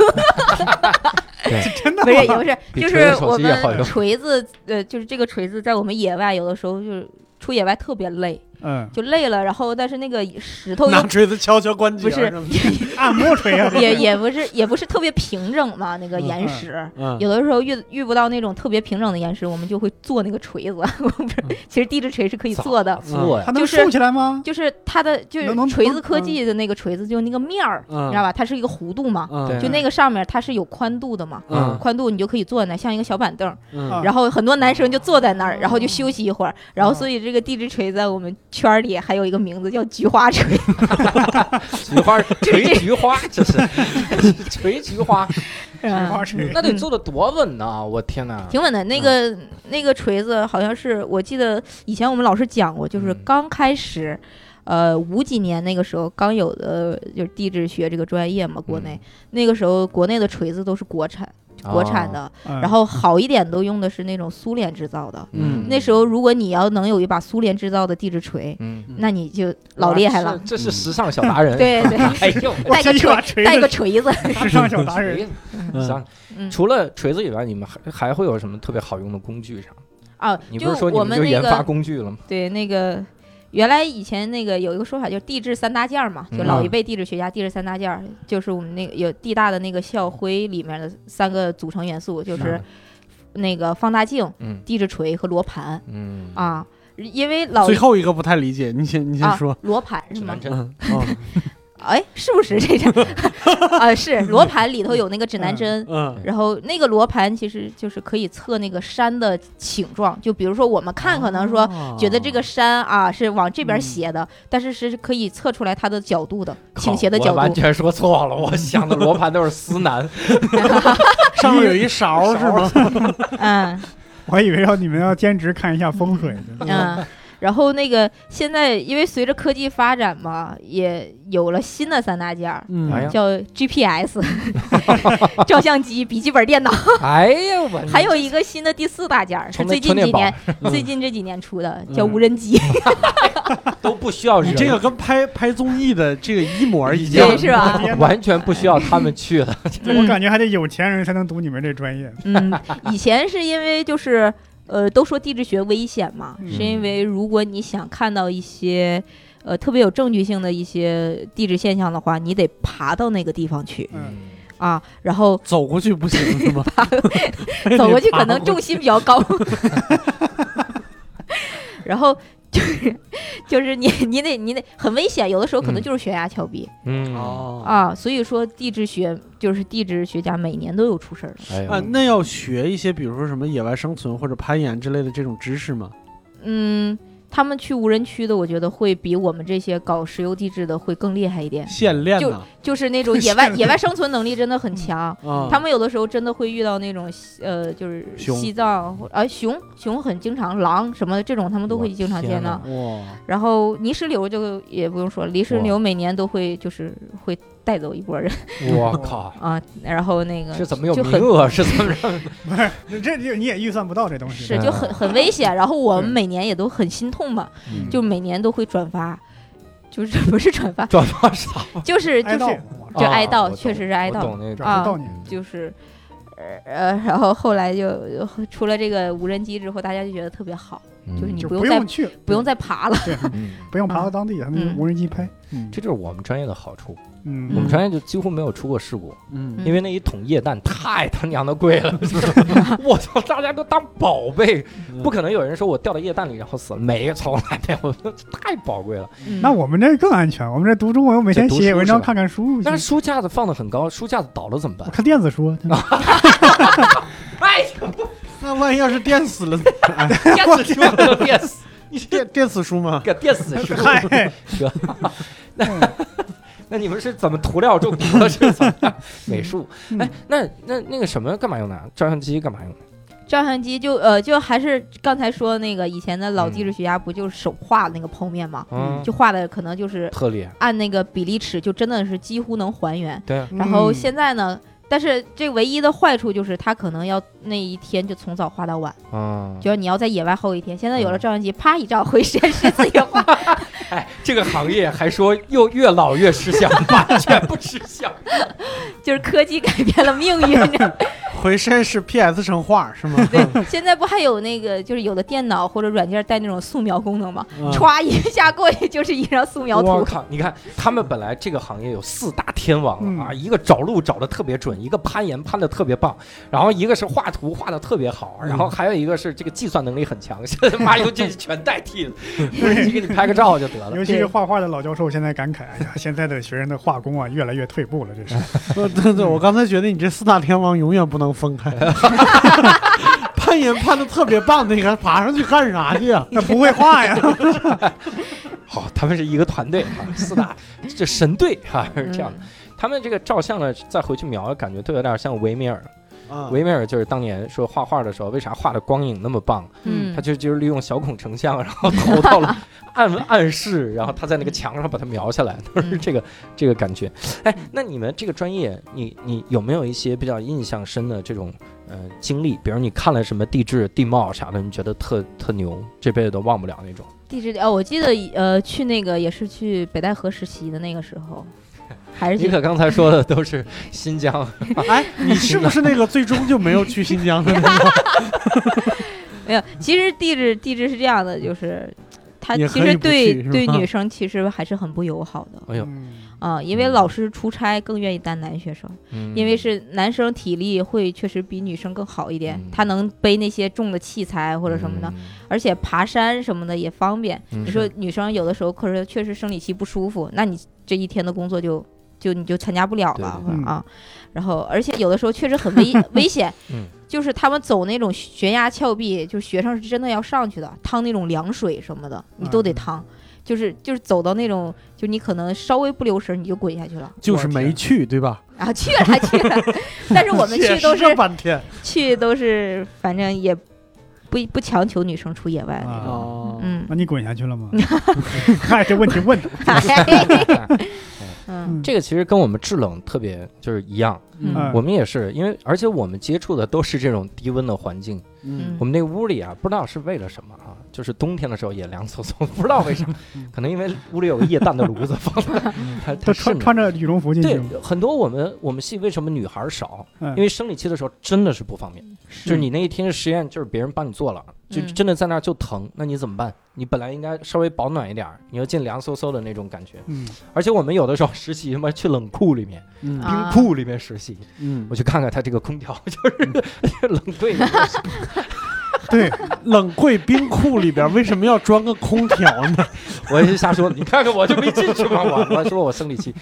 真的
不是也不是，
比
就是
锤子手
我
机也 好
们
用
锤子，呃，就是这个锤子在我们野外有的时候就是出野外特别累，
嗯，
就累了，然后但是那个石头
拿
又
锤子敲敲关节，啊
不是，
按摩锤啊，
也也不是也不是特别平整嘛，那个岩石。
嗯，
有的时候遇遇不到那种特别平整的岩石，我们就会做那个锤 子。我不是
嗯
其实地质锤是可以做的，
做呀
它能
就是
竖起来吗？
就是它的就
能能
是锤子科技的那个锤子，就那个面儿，
嗯
你知道吧？它是一个弧度嘛，
嗯，
对
就那个上面它是有宽度的嘛，
嗯
宽度你就可以坐那，像一个小板凳。
嗯，
然后很多男生就坐在那儿，然
嗯
后就休息一会儿，然后所以这个地质锤在我们圈儿里还有一个名字叫菊花 锤，
菊 花锤菊花，这是这是 锤菊花，
这
嗯
花锤，
那得做的多稳呐！我天哪，
挺稳的。那个那个锤子好像是我记得以前我们老师讲过，就是
嗯
刚开始。呃，五几年那个时候刚有的就是地质学这个专业嘛，国内、那个时候国内的锤子都是国产，国
啊
产的，
然
然后好一点都用的是那种苏联制造的。
嗯，
那时候如果你要能有一把苏联制造的地质锤，
嗯，
那你就老厉害了。
这是时尚小 达人，
对对，
哎呦，
我
带个
这一
锤
把锤
带个
子，
锤子，
时尚小达人，
嗯
行
嗯
除了锤子以外，你们还还会有什么特别好用的工具啥？
啊，
你不
就是
说你
我
们
们
就
那
研发
个
工具了吗？
对那个。原来以前那个有一个说法，就是地质三大件儿嘛，就老
嗯
一辈地质学家地质三大件儿，就是我们那个有地大的那个校徽里面的三个组成元素，就是那个放大镜、
嗯
地质锤和罗盘
嗯，
啊。因为老
最后一个不太理解，你先你先
啊
说，
罗盘是
指
吗
南？针，
嗯，哦
哎，是不是这张？ 啊，是罗盘里头有那个指南针，
嗯
然后那个罗盘其实就是可以测那个山的倾状，就比如说我们看
哦
可能说。觉得这个山啊是往这边斜的，但是是可以测出来它的角度的倾斜的
嗯靠
角
我完
度。
全说错了， 我想的罗盘都是思南，
上面有一勺是吗？
嗯
我还以为要你们要兼职看一下风水呢，
嗯，然后那个现在因为随着科技发展嘛，也有了新的三大件儿，
嗯，
哎呀
叫 GPS、照相机、笔记本电脑，
哎呀，我
还有一个新的第四大件儿，是
充
最
电嗯
近几
充
年
电
最近这几年出的，叫
嗯
无人 机，
都不需要
你
人，
这个跟拍拍综艺的这个一模一样
对，，是吧？
天哪
完全不需要他们去了。
这我感觉还得有钱人才能读你们这专业。
嗯，以前是因为就是呃，都说地质学危险嘛，
嗯
是因为如果你想看到一些呃特别有证据性的一些地质现象的话，你得爬到那个地方去
嗯，
啊，然后
走过去不行是 吗？
走过去可能重心比较高， 然后。就是 就是你你得你得很危险，有的时候可能
嗯
就是悬崖峭壁、
嗯，
哦
啊，所以说地质学就是地质学家每年都有出事儿的。
哎呦
啊，那要学一些，比如说什么野外生存或者攀岩之类的这种知识吗？
嗯，他们去无人区的，我觉得会比我们这些搞石油地质的会更厉害一点，
现练的
就是那种野外野外生存能力真的很强。
啊，
他们有的时候真的会遇到那种呃，就是
熊
西藏或啊熊熊很经常，狼什么的这种他们都
我
会经常
天
见到
哪。
哇，
然后泥石流就也不用说，泥石
哇
流每年都会就是会带走一波人
我靠，
啊，然后那个
这怎么有
就
名
很
额？ 是怎么着？
不是，这就你也预算不到这东西。
是就很很危险。然后我们
对
每年也都很心痛嘛，
嗯
就每年都会转发，就是 不是转发，
转发 啥？
就是嗯
哀
就
悼
是，
我
就哀
啊
悼，
我
确
懂
实是啊哀
我
悼
懂，那
这
种。
儿不到你。
就是。呃呃，然后后来就就出了这个无人机之后，大家就觉得特别好，就是你
就
不用
不
再
用去，
不用再爬了。
嗯
不用爬到当地，他们
嗯
无人机拍。嗯
这就是我们专业的好处，我
嗯
们专业就几乎没有出过事故，
嗯，
因为那一桶液氮太他娘的贵 了，我操，大家都当宝贝，不可能有人说我掉到液氮里然后死了，没，从来没有，太宝 贵了。
嗯
那我们这更安全，我们这读中文，我每天
这读
写
书
文章
是吧
看看书，
但是书架子放的很高，书架子倒了怎么办
我？看电子书。
哦
哎，
那万一要是电死 了，哎
电死书了，电死，你这
电电死书吗？
个电死书，
嗨，
那你们是怎么涂料中毒的？是怎么样美术？
嗯
哎， 那那那个什么干嘛用的啊？照相机干嘛用的？
照相机就呃就还是刚才说那个以前的老
嗯
地质学家不就是手画那个剖面嘛，
嗯，
就画的可能就是
特厉害，
按那个比例尺，就真的是几乎能还原。
对啊，
然
嗯
后现在呢，但是这唯一的坏处就是它可能要那一天就从早画到晚。
嗯，
就是你要在野外候一天。现在有了照相机，啪一照回实验室自己画。
哎，这个行业还说又越老越吃香，完全不吃香。
就是科技改变了命运。 你知道吗
回实验室 PS 成画是吗？
对，现在不还有那个，就是有的电脑或者软件带那种素描功能吗？
嗯
歘一下过去就是一张素描
我
图。
靠！你看，他们本来这个行业有四大天王
嗯
了啊，一个找路找的特别准，一个攀岩攀的特别棒，然后一个是画图画的特别好，
嗯
然后还有一个是这个计算能力很强。 现在妈尤其是全代替 了，就是给你拍个照就得了。
尤其是画画的老教授，现在感慨，哎呀，现在的学生的画工啊，越来越退步了，这 是。
对 对对，我刚才觉得你这四大天王永远不能分 开。 攀岩攀的特别棒，那个爬上去干啥去啊？
那不会画 呀，
好，他们是一个团队啊，四大这神队啊是这
嗯
样的。他们这个照相呢，再回去描，感觉都有点像维米尔。
啊
嗯
维米尔就是当年说画画的时候，为啥画的光影那么棒？
嗯，
他就就是利用小孔成像，然后投到 了暗暗室，然后他在那个墙上把它描下来，都是
嗯
这个这个感觉。哎，那你们这个专业，你你有没有一些比较印象深的这种呃经历？比如你看了什么地质、地貌啥的，你觉得特特牛，这辈子都忘不了那种？
地质哦，我记得呃去那个也是去北戴河实习的那个时 候，还是
你
去
可刚才说的都是新疆，
哎，你是不是那个最终就没有去新 疆的那个？
没有。其实地质地质是这样的，就是它
也
其
可以
实
不去
对
是吧
对女生其实还是很不友好的
哎呦，
啊、因为
嗯
老师出差更愿意带男学生。
嗯
因为是男生体力会确实比女生更好一点，
嗯
他能背那些重的器材或者什么
嗯
的，，而且爬山什么的也方便。
嗯
你说女生有的时候可是确实生理期不舒服，那你这一天的工作就就你就参加不了了
对
对对
啊。然后而且有的时候确实很危危险
嗯，
就是他们走那种悬崖峭壁，就是学生是真的要上去的，趟那种凉水什么的，你都得
嗯
趟。就是就是走到那种，就你可能稍微不留神你就滚下去了
就是没去，对吧？
啊！去了去了，但是我们去都
解释
是
这半天，
去都是，反正也不不强求女生出野外的。
啊，
哦，
嗯，
那你滚下去了吗？嗨，这问题问的，
嗯
这个其实跟我们制冷特别就是一样，
嗯
啊
我们也是因为，而且我们接触的都是这种低温的环境。
嗯
我们那个屋里啊，不知道是为了什么啊，就是冬天的时候也凉飕 飕，不知道为什么，可能因为屋里有个液氮的炉子 放在，它它
都
渗
穿
着
穿着羽绒服进去
对
吗，
很多我们我们系为什么女孩少？
嗯
因为生理期的时候真的是不方便，就是你那一天实验就是别人帮你做了，就
嗯
真的在那儿就疼，那你怎么办？你本来应该稍微保暖一点儿，你又进凉飕飕的那种感觉。
嗯，
而且我们有的时候实习他妈去冷库里面、
嗯
啊
冰库里面实习，
嗯
我，去看看他这个空调
嗯
就是冷柜里面是
对，
冷柜冰库里边为什么要装个空调 呢？
我也是瞎说， 你看看我就没进去嘛， 我我说我生理 期，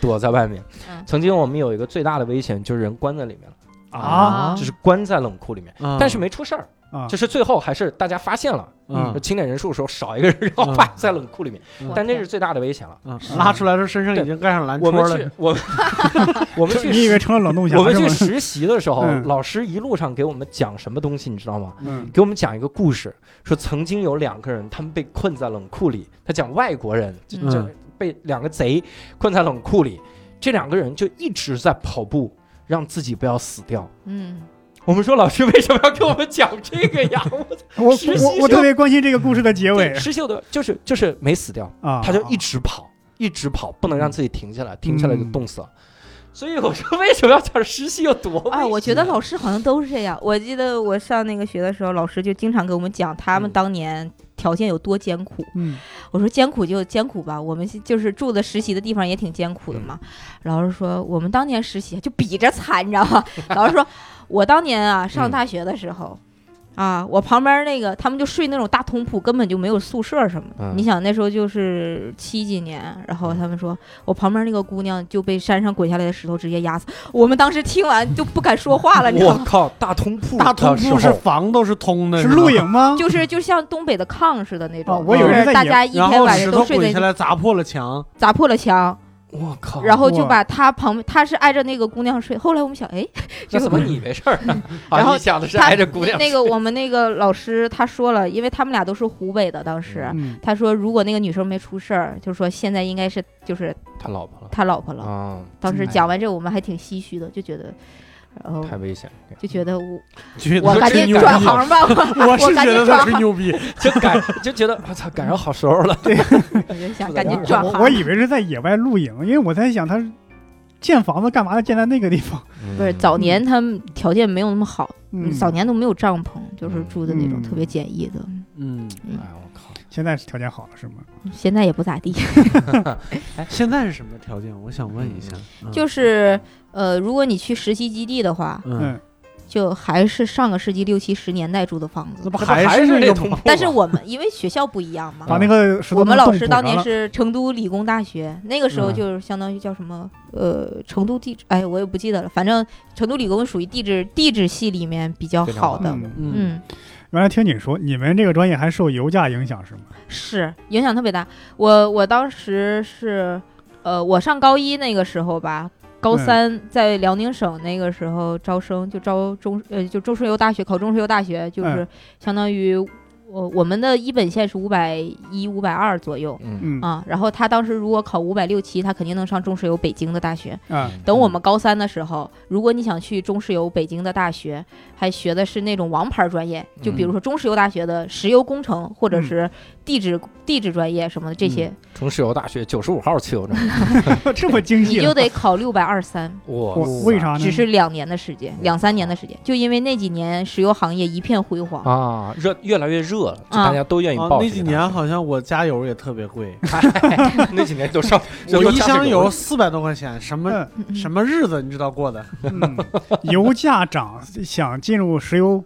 躲在外面
嗯。
曾经我们有一个最大的危险就是人关在里面了，
啊
就是关在冷库里面，但是没出事儿，
啊
就，是最后还是大家发现了，
嗯
就清点人数的时候少一个人，然后
嗯
啪在冷库里面
嗯，
但那是最大的危险了。
嗯拉出来的时候身上已经盖上蓝戳
我们
了
去， 我我们
就你以
去
为成了冷冻侠
我们去
是吗？
实习的时候，
嗯
老师一路上给我们讲什么东西，你知道吗？
嗯
给我们讲一个故事，说曾经有两个人，他们被困在冷库里。他讲外国人，就
嗯
就被两个贼困在冷库里。这两个人就一直在跑步，让自己不要死掉。
嗯，
我们说老师为什么要给我们讲这个呀？我操
我
实习
我我
生
特别关心这个故事的结尾
对失秀的，就是就是没死掉，
啊，
他就一直跑，一直跑，不能让自己停下来，停下来就冻死了。所以我说为什么要讲失戏有多危险？
哎，我觉得老师好像都是这样。我记得我上那个学的时候，老师就经常给我们讲他们
嗯
当年条件有多艰苦。
嗯
我说艰苦就艰苦吧，我们就是住的实习的地方也挺艰
嗯
苦的嘛。老师说我们当年实习就比着惨，你知道吗？ 老师说，我当年啊
嗯
上大学的时候。啊，我旁边那个他们就睡那种大通铺，根本就没有宿舍什么的。
嗯
你想那时候就是七几年，然
嗯
后他们说我旁边那个姑娘就被山上滚下来的石头直接压死。我们当时听完就不敢说话了，你知道
我
吗？
靠，大通铺
大通
的时候，
铺是房都是通的，
是
吧
露营吗？
就是就像东北的炕似的那种，
哦我
以为
就是
在野
大家一
然
天
后
晚
石
上
头
都睡
滚下
在
来砸破了墙，
砸破了墙，
我靠，
然后就
哇
把他旁边，他是挨着那个姑娘睡。后来我们想，哎，
那怎么你没 事儿呢？
然后
啊你想的是
他
挨着姑娘
那个我们那个老师他说了，因为他们俩都是湖北的，当时、
嗯，
他说如果那个女生没出事儿，就说现在应该是就是
他老婆了
他老婆了。
啊，
当时
哎呀
讲完这，我们还挺唏嘘的，就觉得，然后
啊太危险，
就觉得我
觉得
我
说
赶
这
紧
个
转
感觉
行吧，我
我是
赶
觉
紧
得
转
他吹
行，
牛逼，
就赶就觉得我操，赶上好时候了。
我就想
我
赶紧
我
转
我
行。
我以为是在野外露营，因为我在想他是建房子干嘛的建在那个地方？
嗯
不是早
嗯
年他们条件没有那么好，
嗯，
早年都没有帐篷，就是
嗯
住的那种
嗯
特别简易的，
嗯，
哎我靠，
现在是条件好了是吗？
现在也不咋地。
嗯
哎现在是什么条件？我想问一下，嗯
就是呃，如果你去实习基地的话，
嗯，
就还是上个世纪六七十年代住的房
那
子
不。
这不 还
是
是
那
那
个
通
吗
铺？
但是我们因为学校不一 样嘛，
把那个石头
我们老
弄
师
冻
当
破
年
了
是成都理工大学，那个时候
嗯
就是相当于叫什么呃，成都地质，哎，我也不记得了，反正成都理工属于地质地质系里面比较
非常
好的，
嗯，
嗯
嗯，
原来听你说你们这个专业还受油价影响是吗？
是影响特别大。我我当时是，呃，我上高一那个时候吧，高
嗯
三在辽宁省那个时候招生，就招中呃就中石油大学考中石油大学，就是
嗯
相当于我我们的一本线是五百一五百二左右。
嗯
嗯
啊，然后他当时如果考五百六七，他肯定能上中石油北京的大学。
啊，
等我们高三的时候，如果你想去中石油北京的大学，还学的是那种王牌专业，就
嗯
比如说中石油大学的石油工程或者是地质、地质专业什么的
嗯
这些，
中石油大学九十五号汽油站，
这么精
你
细
就
了，
得考六百二三，
我
我为啥呢？
只是两年的时间，两三年的时间，就因为那几年石油行业一片辉煌。
啊？热越来越热了，就
啊
大家都愿意
啊
报这个大学。
那几年好像我加油也特别 贵，
哎， 那几年就上，
我
就
一
上
箱
这个
油
楼
四百多块钱，什么
嗯
嗯
什么日子你知道过的？
嗯，油价涨，想进入石油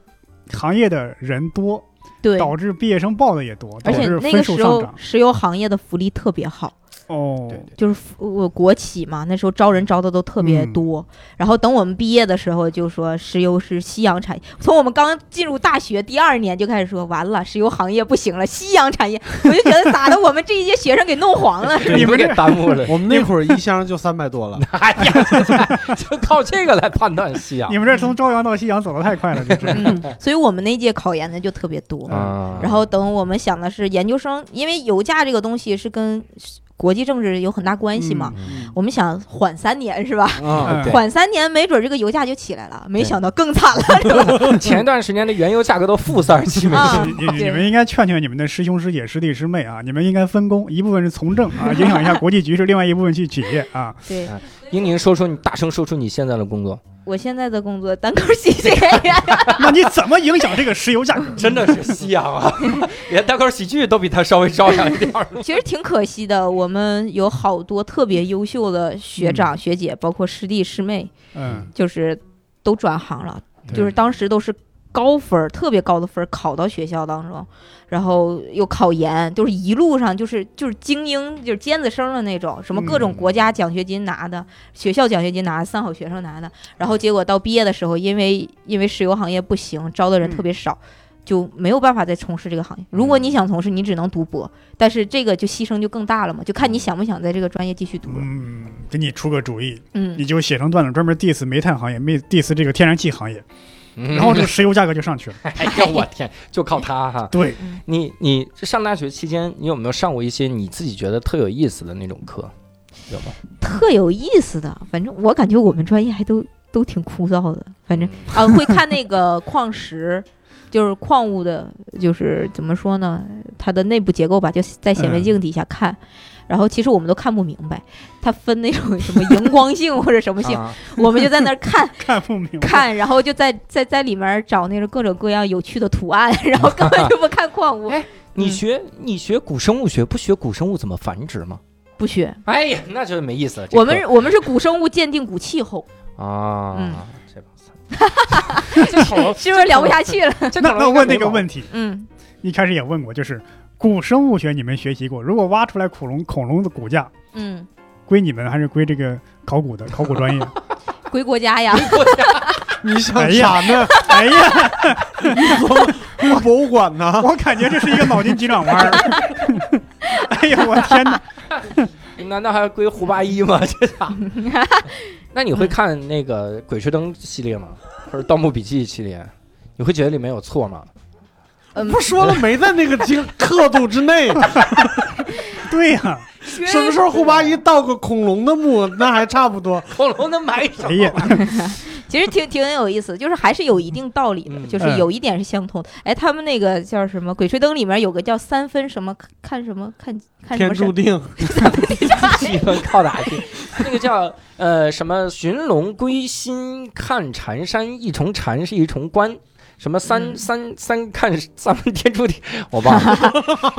行业的人多，
对，
导致毕业生报的也多，导
而且
致
那
分
个
数
时
上
候
涨。
石油行业的福利特别好，
哦，
对对对，
就是我呃国企嘛，那时候招人招的都特别
嗯
多。然后等我们毕业的时候，就说石油是夕阳产业。从我们刚进入大学第二年就开始说，完了，石油行业不行了，夕阳产业。我就觉得咋的，我们这一届学生给弄黄 了。
你们
给弹幕
，
了
我们那会儿一箱就三百 多了，
哎呀， 就靠这个来判断啊夕阳
你们这从朝阳到夕阳走的太快了，这是。
嗯，所以我们那届考研的就特别多。
啊。
嗯然后等我们想的是研究生，因为油价这个东西是跟国际政治有很大关系嘛。
嗯
我们想缓三年是吧？
啊，
对
缓三年，没准这个油价就起来了。没
对
想到更惨了，
前段时间的原油价格都负三十七美
啊
金，
你你你们应该劝劝你们的师兄师姐师弟师妹啊，你们应该分工，一部分是从政啊，影响一下国际局势；，另外一部分去企业啊。
对
英宁说出你大声说出你现在的工 作，
我现在的工作单口喜剧 演员，
那你怎么影响这个石油价格？
真的是夕阳啊！ 连单口喜剧都比他稍微照亮一点儿。
其实挺可惜的。我们有好多特别优秀的学长、学姐，包括师弟师妹，
嗯，
就是都转行了，
对
就是当时都是。高分儿特别高的分儿考到学校当中，然后又考研，就是一路上就是就是精英，就是尖子生的那种，什么各种
嗯
国家奖学金拿的，学校奖学金拿的，三好学生拿的，然后结果到毕业的时候，因为因为石油行业不行，招的人特别少，就没有办法再从事这个行业。如果你想从事，你只能读博，但是这个就牺牲就更大了嘛，就看你想不想在这个专业继续读了。
嗯，给你出个主意，
嗯
你，就写成段子，专门 diss 煤炭行业，没 diss 这个天然气行业，
然
然后这个石油价格就上 去了。
哎呀，我天，就靠他哈。
对，
你你上大学期间，你有没有上过一些你自己觉得特有意思的那种课？有吗？
特有意思的，反正我感觉我们专业还都都挺枯燥的，反正啊会看那个 矿石。就是矿物的，就是怎么说呢，它的内部结构吧，就在显微镜底下看，然后其实我们都看不明白，它分那种什么荧光性 或者什么性，
啊
我们就在那儿看
看不明白。
看，然后就在在在里面找那种各种各样有趣的图案， 然后根本就不看矿物
哎，你
嗯
学你学古生物学，不学古生物怎么繁殖吗？
不学。
哎呀，那就没意思了。这
我们
课
我们是古生物鉴定古气候，
啊
嗯，
这 帮操，
是不是聊不下去了？
这
那那问那 个问题，
嗯，
一开始也问过，就是古生物学你们学习过，如果挖出来恐龙恐龙的骨架，
嗯，
归你们还是归这个考古的考古专业？
回国家呀。
你想
哎
啥
呀
呢？
哎呀，
故博物馆 呢？
我感觉这是一个脑筋急转弯儿。哎呀，我天哪！
题，难道还要归胡八一吗？ 这 咋？那你会看那个《鬼吹灯》系列吗？或者《盗墓笔记》系列？你会觉得里面有错吗？
嗯
不说了，没在那个经 刻度之内。
对呀、
什么时候胡八一盗个恐龙的墓，那还差不多。
恐龙能埋什
哎呀，
其实挺挺有意思，就是还是有一定道理的，
嗯
哎
就是有一点是相通的。哎，他们那个叫什么《鬼吹灯》里面有个叫三分什么看什么看看什
天
么
注
神，
定，
气氛靠打去？ 那个叫呃什么“寻龙归心看缠山，一重缠是一重关”，什么三、
嗯
三三看 三分天注定， 我忘了。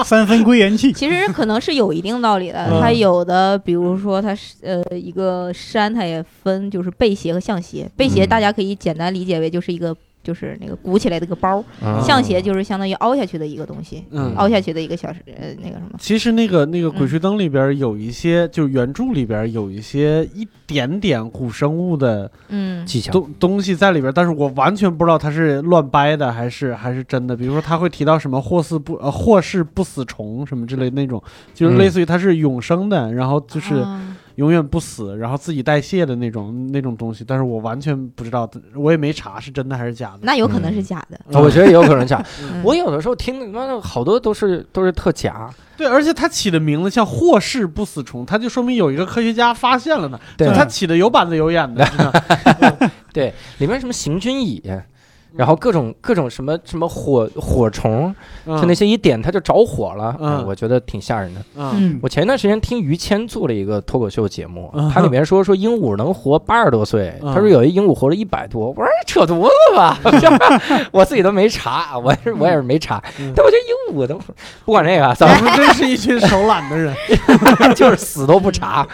三分归元气，
其实可能是有一定道理的。
嗯
它有的，比如说它是呃一个山，它也分就是背斜和象斜。背斜
嗯
大家可以简单理解为就是一个。就是那个鼓起来的一个包，
嗯
象斜就是相当于凹下去的一个东西，
嗯
哦
凹下去的一个小时，呃，那个什么，
其实那个那个《
嗯
鬼吹灯》里边有一些，就是原著里边有一些一点点古生物的
嗯，
技巧。
东东西在里边，但是我完全不知道它是乱掰的还是还是真的。比如说，他会提到什么霍氏不呃霍氏不死虫什么之类的那种，就是
嗯
类似于它是永生的，然后就是
啊
永远不死，然后自己代谢的那种那种东西，但是我完全不知道，我也没查是真的还是假的。
那有可能是假的。
啊我觉得也有可能假。
嗯
我有的时候听他妈的好多都是都是特假，
对，而且它起的名字像霍氏不死虫，它就说明有一个科学家发现了呢。
对
就它起的有板子有眼的，真的
对，里面什么行军蚁，然后各种各种什么什么火火虫，
嗯
就那些一点它就着火了，
嗯
哎我觉得挺吓人的。
嗯
嗯，
我前一段时间听于谦做了一个脱口秀节目
嗯，
他里面说说鹦鹉能活八十多岁，
嗯
他说有一鹦鹉活了一百多，我说哎扯犊子吧， 我自己都没查，我是我也是没查，
嗯
但我觉得鹦鹉都不管这个，啊咱
咱
们
们真是一群手懒的人。
就是死都不查。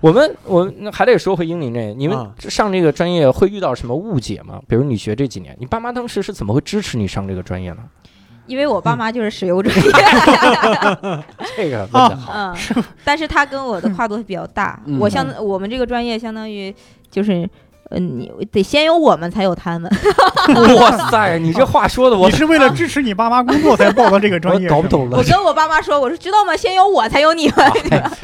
我们我们那还得说回英林这，你们
啊
上这个专业会遇到什么误解吗？比如你学这几年，你爸妈当时是怎么会支持你上这个专业呢？
因为我
嗯
爸妈就是石油主 义，
这个问的
啊
好，
嗯， 但是他跟我的跨度比较大。
嗯
我相我们这个专业相当于就是，呃，你得先有我们才 有他们。
哇塞，你这话说的 我
你是为了支持你爸妈工作才报的这个专
我
业？
搞不懂
是吗。
了
我。跟我爸妈说，我说知道吗？先有我才有你们。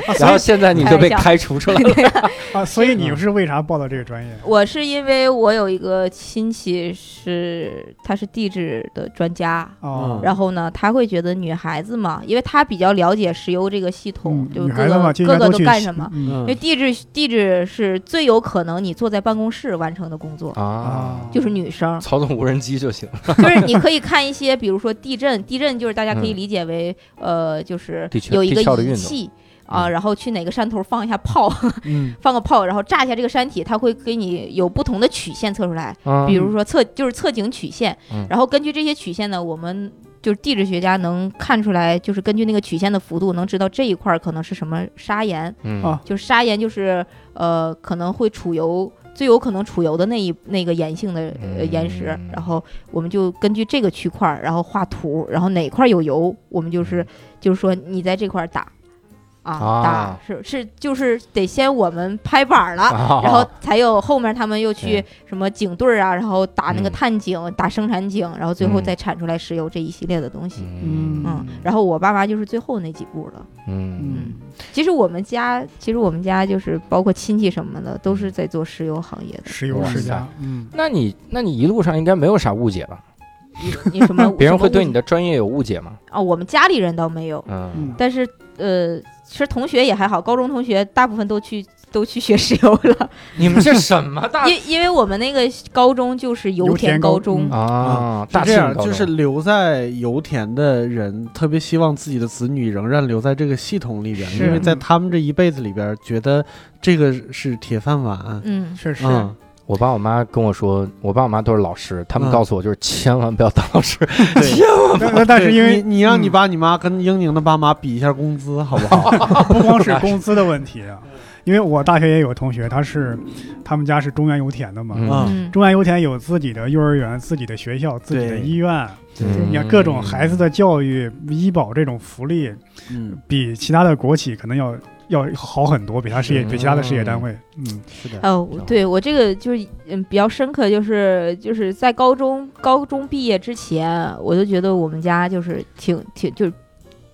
哦
然后现在你就被
开玩笑
开除出来了，
啊，所以
嗯
你是为啥报的这个专业？
我是因为我有一个亲戚是他是地质的专家，
嗯
哦，
然后呢，他会觉得女孩子嘛，因为他比较了解石油这个系统，
嗯
就
女
各
孩子嘛，
个
就
各
应该
个
都
都
去
干什么。
嗯
因为地质地质是最有可能你坐在办公室完成的工作，
啊，
啊，
就是女生
操纵无人机就行。
就是你可以看一些，比如说地震，地震就是大家可以
嗯
理解为、呃，就是
地球
有一
地
个
壳的运
仪
动
器啊，
嗯
然后去哪个山头放一下炮，
嗯
放个炮，然后炸一下这个山体，它会给你有不同的曲线测出来。
啊
比如说测就是测景曲线，
嗯
然后根据这些曲线呢，我们就是地质学家能看出来，就是根据那个曲线的幅度，能知道这一块儿可能是什么砂岩，
嗯
啊
就是砂岩就是呃可能会储油。最有可能储油的那一那个岩性的呃
嗯
岩石，然后我们就根据这个区块儿，然后画图，然后哪块儿有油，我们
嗯
就是就是说你在这块儿打，啊
啊
打是是就是得先我们拍板儿了，
啊
然后才有后面他们又去
对
什么警队儿啊，然后打那个
嗯
探井、打生产井，然后最后
嗯
再产出来石油这一系列的东西。
嗯
嗯，然后我爸妈就是最后那几步了。
嗯
嗯，
其实我们家，其实我们家就是包括亲戚什么的，都是在做石油行业的。
石油世家，嗯，
那你那你一路上应该没有啥误解吧？
你什么
别人会对你
的
的专业有误解吗？
啊、我们家里人倒没有，
嗯
嗯
但是呃，其实同学也还好，高中同学大部分都去都去学石油了，
你们这什么 大
因因为我们那个高中就是啊油
油
田
田
高
高
中，
嗯
啊？大
这
庆
样
高
就是
中
留在油田的人，特别希望自己的子女仍然留在这个系统里边，
是
因为在他们这一辈子里边，觉得这个是铁饭碗。
嗯
确实，
嗯，
我爸我妈跟我说，我爸我妈都是老师，他们
嗯
告诉我就是千万不要当老师，
对，
但但但是
对
因为
你你让你
嗯
爸你妈跟英宁的爸妈比一下工资，好不 好？
不光 是工资的问题啊，因为我大学也有同学，他是他们家是中原油田的嘛，
嗯
啊
嗯，
中原油田有自己的幼儿园、自己的学校、自己的医院，
嗯
你看各种孩子的教育、医保这种福利，
嗯，
比其他的国企可能要要好很多，比他事业
嗯
比其他的事业单位，嗯，
是的，
哦
是吧，
对我这个就是嗯比较深刻，就是就是在高中高中毕业之前，我就觉得我们家就是挺挺就是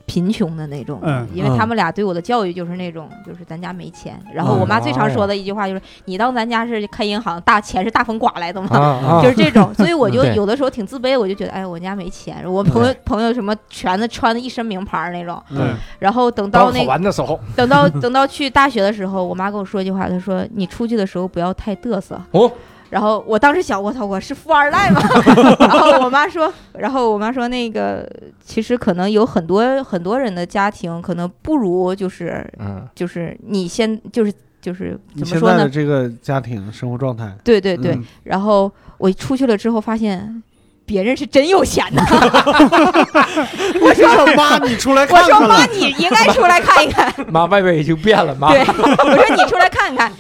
贫穷的那种，
嗯
因为他
嗯
们俩对我的教育就是那种就是咱家没钱，然后我
哦
妈最常
哎
说的一句话就是、你当咱家是开银行大钱是大风刮来的吗？
啊啊
就是 这种，所以我就
对
有的时候挺自卑，我就觉得，哎，我家没钱。我朋友朋友什么全子穿的一身名牌儿那种，
对
嗯，
然后等
当
到那
好玩的时候
等到等到去大学的时候，我妈跟我说一句话，她说：“你出去的时候不要太嘚瑟。”
哦。
然后我当时想，我操，我是富二代吗？ 然后我妈说，然后我妈说，那个其实可能有很多很多人的家庭可能不如就是
嗯
就是你先就是就是
你
怎么
现
说
在
呢
的？这个家庭生活状态，
对对对。
嗯
然后我出去了之后发现。别人是真有钱 呐！
我说
啊
妈，你出来
我
看
说
看
妈，
来。
你应该出来看一看。
妈，外边已经变了，妈
对，我说你出来看看。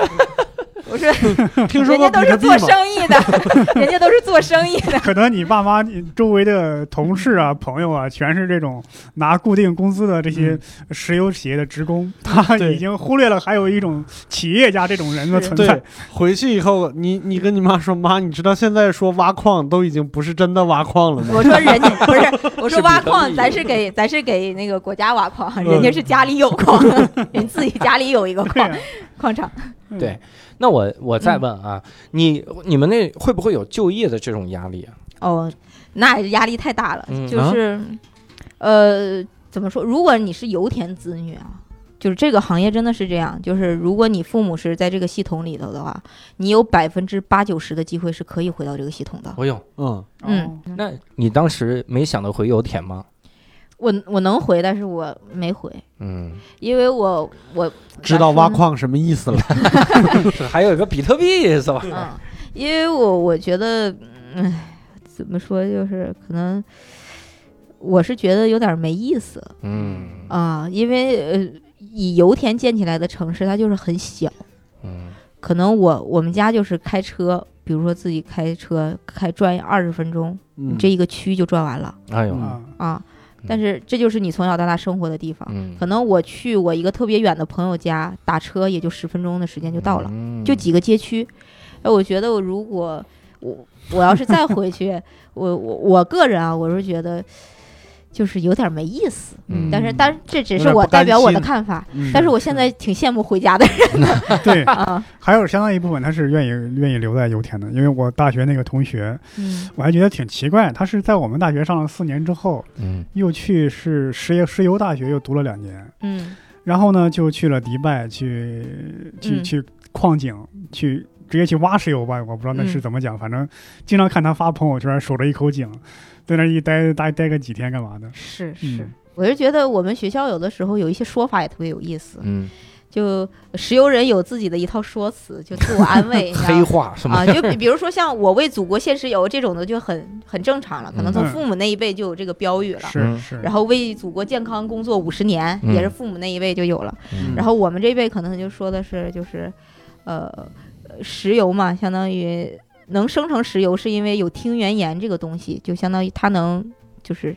我说
听说
人
过比
家都
特
是
币
做
吗？
生意的， 人家都是做生意 的。
可能你爸妈你周围的同事啊、朋友啊，全是这种拿固定工资的这些石油企业的职 工，他
对
已经忽略了还有一种企业家这种人的存在
对。，回去以后，你你跟你妈说，妈，你知道现在说挖矿都已经不是真的挖矿了吗？
我说人家不 是，我说挖
是
矿，
比特币
咱是给咱是给那个国家挖矿，
嗯
人家是家里有 矿，人自己家里有一个
对
矿
啊，
矿场。
嗯
对那我我再问啊，你你们那会不会有就业的这种压力啊？
哦，那压力太大了
嗯，
就是呃，怎么说？如果你是油田子女啊。就是这个行业真的是这样，就是如果你父母是在这个系统里头的话，你有百分之八九十的机会是可以回到这个系统的。
我有。
嗯，
嗯，
那你当时没想到回油田吗？
我我能回，但是我没回，
嗯，
因为我我
知道挖。矿什么意思了。
还有一个比特币是吧？
咋说呢嗯，因为我我觉得，嗯，怎么说，就是可能我是觉得有点没意思
嗯
啊，因为呃，以油田建起来的城市，它就是很小，
嗯
可能我我们家就是开车，比如说自己开车开转二十分钟，
嗯，
这一个区就转完了
哎呦，
啊，
啊
嗯。
但是这就是你从小到大生活的地方。
嗯，
可能我去我一个特别远的朋友家，打车也就十分钟的时间就到了，
嗯
就几个街区。哎，我觉得我如果我 我要是再回去，我我我个人啊，我是觉得就是有点没意思。
嗯
但是，但是这只
有
是
点
我
不
代
甘
表我的
心
看法。
嗯
但是我现在挺羡慕回家的人
对，
啊。
还有相当一部分他是愿意愿意留在油田的，因为我大学那个同学，
嗯
我还觉得挺奇怪，他是在我们大学上了四年之后，
嗯
又去是石油石油大学又读了两年，
嗯
然后呢就去了迪拜去去
嗯
去矿井去。直接去挖石油吧，我不知道那是
嗯
怎么讲，反正经常看他发朋友圈，守着一口井，在那一待待待个几天干嘛的，
是是。
嗯
我是觉得我们学校有的时候有一些说法也特别有意思，
嗯，
就石油人有自己的一套说辞，就自我安慰，你知道
黑化什 么
啊，就比比如说像我为祖国献石油这种的就很很正常了，可能从
嗯
父母那一辈就有这个标语了。
是
嗯
是。
然后为祖国健康工作五十年，
嗯
也是父母那一辈就有了。
嗯
然后我们这一辈可能就说的是就是，呃，石油嘛，相当于能生成石油是因为有听原盐这个东西，就相当于它能就是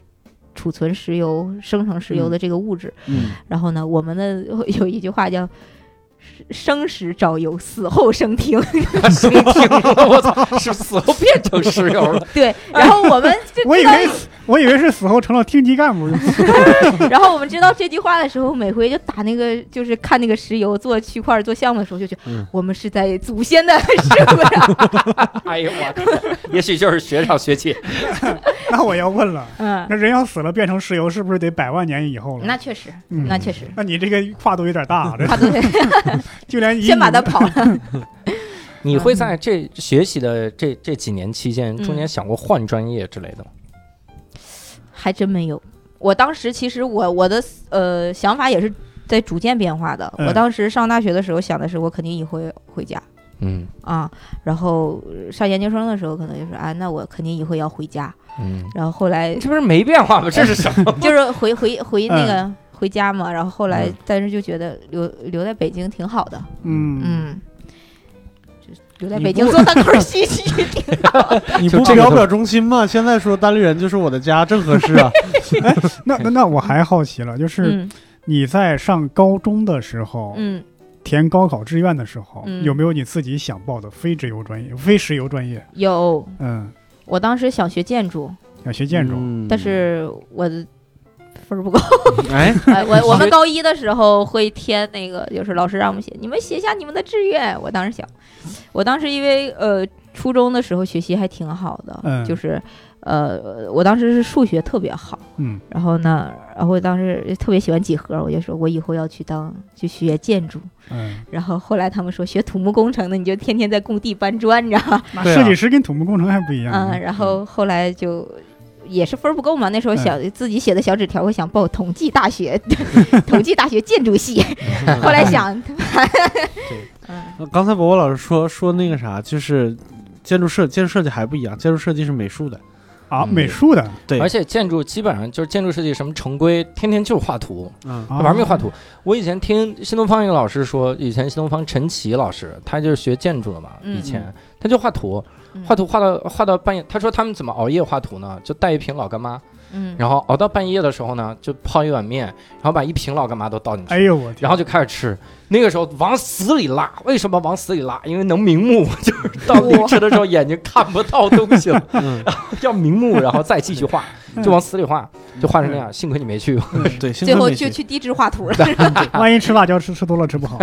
储存石油、生成石油的这个物质。
嗯
然后呢，我们的 有一句话叫“生时找油，死后生听
生听了，我操，是死后变成石油了，”。
对，然后我们就
我以
知道
为我以为是死后成了厅级干部，
然后我们知道这句话的时候，每回就打那个，就是看那个石油做区块、做项目的时候，就觉得、
嗯
我们是在祖先的石头上。
哎呦我靠，也许就是学长学姐，
那我要问 了，
嗯，
那人要死了变成石油，是不是得百万年以后了？
那确实，
嗯
那确实，
那你这个跨度有点大，这
他都得
就连以
先把
你
它跑了。
你会在
嗯
这学习的这这几年期间，中间想过换专业之类的吗？
还真没有。我当时其实我我的呃想法也是在逐渐变化的。
嗯
我当时上大学的时候想的是，我肯定以后要回家。
嗯
啊，然后呃上研究生的时候，可能就是啊，那我肯定以后要回家。
嗯，
然后后来
这不是没变化吗？这是什么？
就是回回回那
嗯
个、回家嘛，然后后来
嗯
但是就觉得留留在北京挺好的，
嗯，
嗯，就留在
你
北京
不
做单口儿喜剧挺
你
就
不
这个
表
都
表忠心吗？现在说单立人就是我的家，正合适 啊。
那那那我还好奇了，就是
嗯
你在上高中的时候，
嗯，
填高考志愿的时候，
嗯
有没有你自己想报的非石油专业、非石油专业？
有
嗯，
我当时想学建筑，
想学建筑，
嗯
但是我的分儿不高。
哎，
哎，我我们高一的时候会填那个，就是老师让我们写，你们写下你们的志愿。我当时想，我当时因为呃初中的时候学习还挺好的，
嗯
就是呃我当时是数学特别好，
嗯
然后呢，然后我当时特别喜欢几何，我就说我以后要去当去学建筑。
嗯，
然后后来他们说学土木工程的你就天天在工地搬砖，你知道吗？
那
对啊
设计师跟土木工程还不一样啊呢
嗯，然后后来就。也是分儿不够嘛，那时候小、自己写的小纸条，我想报同济大学， 同济大学建筑系，后来想，嗯
呃刚才博博老师说说那个啥，就是建筑设建筑设计还不一样，建筑设计是美术的，
啊，
嗯
美术的
对
哎
而且建筑基本上就是建筑设计什么城规，天天就是画图，
嗯
啊
玩命画图。我以前听新东方一个老师说，以前新东方陈奇老师，他就是学建筑的嘛，
嗯
以前他就画图，画图画到画到半夜。他说他们怎么熬夜画图呢？就带一瓶老干妈，
嗯，
然后熬到半夜的时候呢，就泡一碗面，然后把一瓶老干妈都倒进去。
哎呦我天，
然后就开始吃，那个时候往死里拉。为什么往死里拉？因为能明目， 就是到凌晨的时候眼睛看不到东西了，
嗯，
要明目，然后再继续画，就往死里画，
嗯
就画成那样。幸亏你没去，
对，幸
最
亏
后
没
就
学
去地质画图了。
万一吃辣椒吃吃多了吃 不好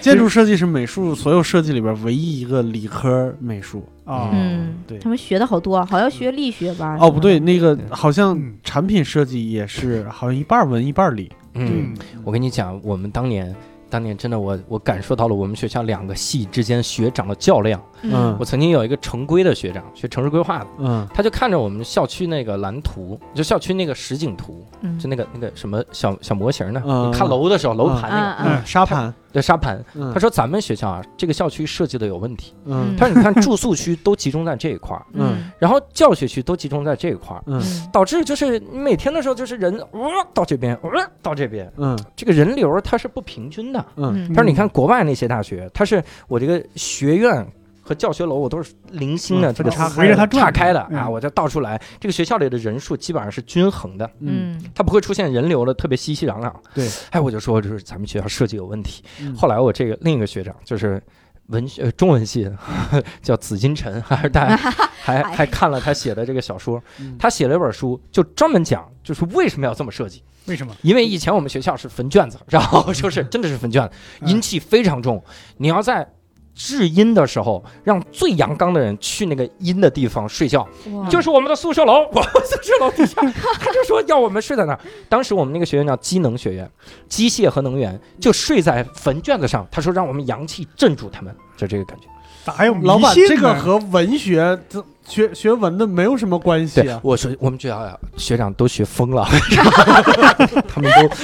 建筑设计是美术所有设计里边唯一一个理科美术。
啊，
嗯，
对
他们学的好多，好像学力学吧？
哦，不对，，那个
对
好
嗯
像产品设计也是，好像一半文一半理。
嗯，
我跟你讲，我们当年，当年真的我我感受到了我们学校两个系之间学长的较量。
嗯
我曾经有一个城规的学长，学城市规划的，
嗯
他就看着我们校区那个蓝图，就校区那个实景图，
嗯
就那个那个什么小小模型呢？
嗯
你看楼的时候，楼
嗯
盘那个。
啊
嗯
沙盘，
对沙盘。
嗯
他说咱们学校啊，这个校区设计的有问题。
嗯
他说你看住宿区都集中在这一块儿，
嗯
然后教学区都集中在这一块儿，
嗯
导致就是你每天的时候就是人呜、到这边，呜、呃到这边，
嗯
这个人流它是不平均的。
嗯
嗯
他说你看国外那些大学，它是我这个学院。和教学楼我都是零星的
嗯
这个
分叉开
围着它转
岔开的啊，
嗯
我就倒出来。这个学校里的人数基本上是均衡的，
嗯
它不会出现人流的特别熙熙攘攘。
对，
哎，我就说就是咱们学校设计有问题。
嗯，
后来我这个另一个学长就是。文学、呃中文系的 叫紫金陈，还是大家还还看了他写的这个小说，
嗯
他写了一本书，就专门讲就是为什么要这么设计。
为什么？
因为以前我们学校是分卷子，然后就是真的是分卷子，
嗯
阴气非常重。你要在制阴的时候，让最阳刚的人去那个阴的地方睡觉，
哇
就是我们的宿舍楼，嗯 我们宿舍楼底 下，他就说要我们睡在那儿。当时我们那个学院叫机能学院，机械和能源，就睡在坟卷子上。他说让我们阳气镇住他们，就这个感觉。
咋还有迷
老板，
信
这个
呢
和文学这学学文的没有什么关系
对
啊，。
我说我们学校呀学长都学疯了， 他们都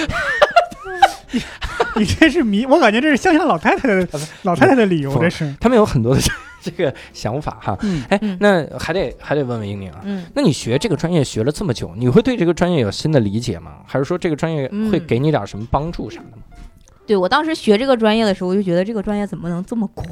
你这是迷，我感觉这是乡下老太太的老太太的理由，
疯
这是。
他们有很多的 这个想法哈。
嗯
哎
嗯，
那还得还得问问英宁啊。
嗯
那你学这个专业学了这么久，你会对这个专业有新的理解吗？还是说这个专业会
嗯
给你点什么帮助啥的吗？
对我当时学这个专业的时候，我就觉得这个专业怎么能这么苦？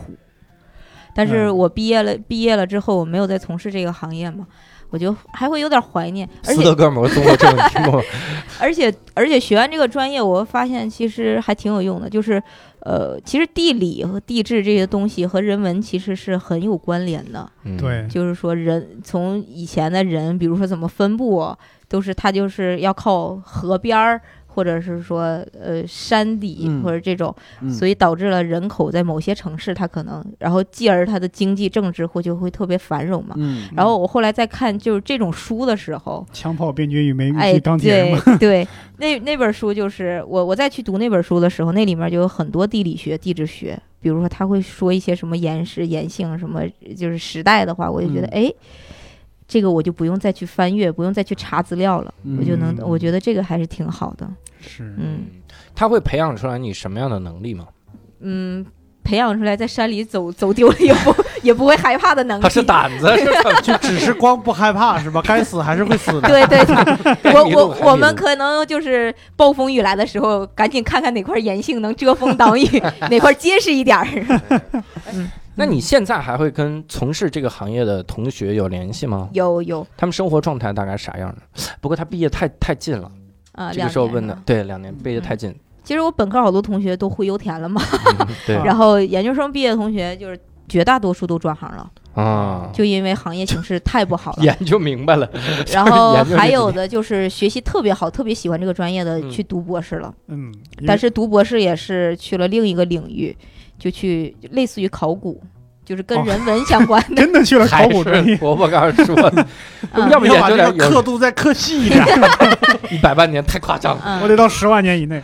但是我毕业了，毕业了之后我没有再从事这个行业嘛，我就还会有点怀念。而
斯
且
德哥尔摩综合症，你听过吗？
而且而且学完这个专业，我发现其实还挺有用的，就是呃，其实地理和地质这些东西和人文其实是很有关联的。
嗯
对，
就是说人从以前的人，比如说怎么分布，都是他就是要靠河边儿，或者是说呃山底
嗯
或者这种，
嗯
所以导致了人口在某些城市它可能，然后继而它的经济政治会就会特别繁荣嘛。
嗯
然后我后来在看就是这种书的时候，
枪炮、病菌与霉运
哎，
及钢铁人
对
嘛，
对，那那本书就是我我再去读那本书的时候，那里面就有很多地理学、地质学，比如说他会说一些什么岩石、岩性什么，就是时代的话，我就觉得
嗯
哎、诶这个我就不用再去翻阅，不用再去查资料了，我就能，
嗯
我觉得这个还是挺好的，
是
嗯
他会培养出来你什么样的能力吗？
嗯。培养出来在山里走走丢了也不 也不会害怕的能力
他，是胆子，是怎 么就
只是光不害怕是吧？该死还是会死的。
对对对， 我
迷路还
我我
迷
们
路
可能就是暴风雨来的时候，赶紧看看哪块岩性能遮风 挡雨，哪块结实一点儿。
那你现在还会跟从事这个行业的同学有联系吗？
有有
他们生活状态大概啥样呢？不过他毕业太太近了，
啊，
这个时候问的
的。，
对，两年毕业太近，
其实我本科好多同学都回油田了嘛，
嗯对
然后研究生毕业的同学就是绝大多数都转行了，
啊，
就因为行业形势太不好 了。
研究 明白了，
然后
研究这
还
几
有
年
的就是学习特别好，特别喜欢这个专业的
嗯
去读博士了，
嗯，
但是读博士也是去了另一个领域，就去类似于考古，就是跟
哦
人文相关的。
真的去了考
还
古专
是
业，
我我刚才说的，
嗯
要不
你要把
研
这
究点
个
有
刻度再刻细一点，
一百万年太夸张了，。
我
嗯，
得到十万年以内。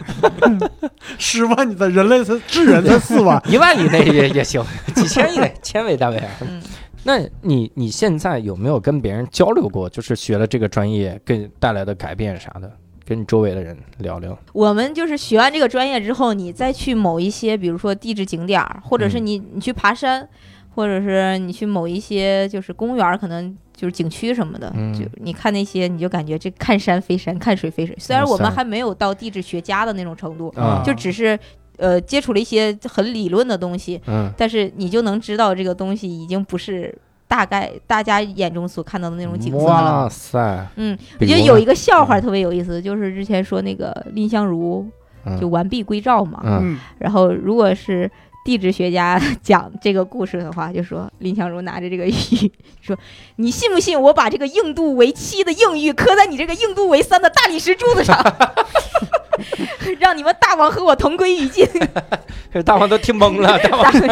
十万你的人类才智人才四万
一万以内也也行，几千以内，千为单位啊。
嗯
那你你现在有没有跟别人交流过？就是学了这个专业给带来的改变啥的，跟你周围的人聊聊。
我们就是学完这个专业之后，你再去某一些，比如说地质景点儿，或者是
嗯
你你去爬山，或者是你去某一些就是公园儿，可能就是景区什么的，
嗯
就你看那些，你就感觉这看山非山，看水非水。虽然
哇
我们
塞
还没有到地质学家的那种程度，
啊
就只是呃接触了一些很理论的东西，
嗯，
但是你就能知道这个东西已经不是大概大家眼中所看到的那种景色了。
哇塞，
嗯，
比
我
如
觉
呢，
得有一个笑话特别有意思，就是之前说那个蔺相如
嗯
就完璧归赵嘛，
嗯
嗯，
然后如果是地质学家 讲这个故事的话，就说蔺相如拿着这个玉说：“你信不信我把这个硬度为七的硬玉刻在你这个硬度为三的大理石珠子上， 让你们大王和我同归于尽。
这大王都听懵 了，大王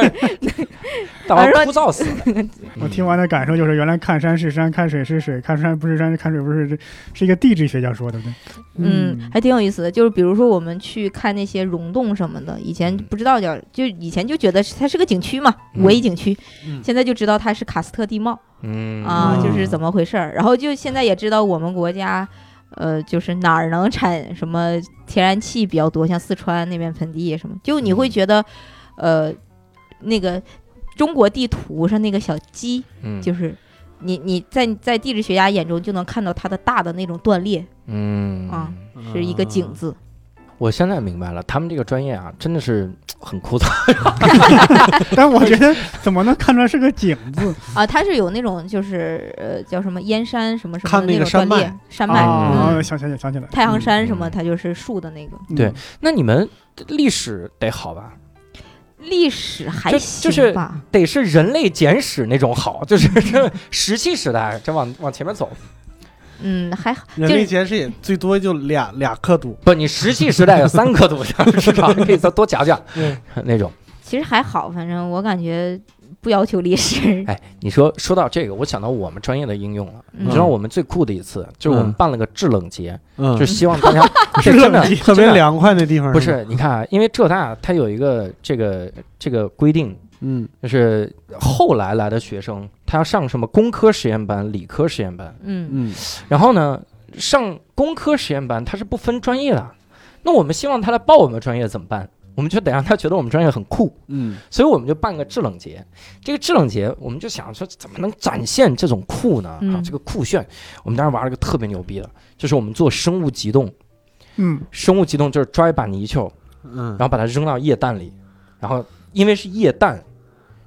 大
我
王
说
枯燥死了。
嗯
我听完的感受就是，原来看山是山，看水是水，看山不是山，看水不是水，这是一个地质学家说的。对”
嗯，还挺有意思的。就是比如说我们去看那些溶洞什么的，以前不知道叫，就以前就觉得是它是个景区嘛，
嗯
五 A 景区，
嗯
现在就知道它是喀斯特地貌。
嗯
啊，
嗯
就是怎么回事儿。然后就现在也知道我们国家，呃，就是哪儿能产什么天然气比较多，像四川那边盆地什么，就你会觉得，呃，那个中国地图上那个小鸡，
嗯，
就是你你在在地质学家眼中就能看到它的大的那种断裂，
嗯
啊是一个井
啊
字。
我现在明白了，他们这个专业啊，真的是很 枯燥。
但我觉得怎么能看出来是个井字？
啊，它是有那种就是呃叫什么燕山什么什么
看
的
那
那
个
种断
山
裂山
哦
脉，
啊，
嗯，
想起来想起来，
太行山什
嗯
么它就是树的那个
嗯
对，那你们历史得好吧？
历史还
就
行
就是
吧，
得是人类简史那种好，就是 这石器时代，这往往前面走。
嗯，还好，
人类简史也最多就俩俩刻度，
不，你石器时代有三刻度，至 少你可以再多讲讲
嗯
那种。
其实还好，反正我感觉不要求历史，
哎，你说说到这个，我想到我们专业的应用了。你知道
嗯
我们最酷的一次，就是我们
嗯
办了个制冷节，
嗯
就是希望 大家
是
是真的
特别。凉嗯快那地方
真的不，是，你看啊，因为浙大它有一个这个这个规定，
嗯
就是后来来的学生，他要上什么工科实验班、理科实验班，
嗯，
嗯
然后呢，上工科实验班它是不分专业的，那我们希望他来报我们专业怎么办？我们就得让他觉得我们专业很酷，
嗯
所以我们就办个制冷节。这个制冷节，我们就想说怎么能展现这种酷呢？啊
嗯，
这个酷炫！我们当时玩了个特别牛逼的，就是我们做生物急冻。
嗯，
生物急冻就是抓一把泥鳅，
嗯
然，后把它扔到液氮里，然后因为是液氮，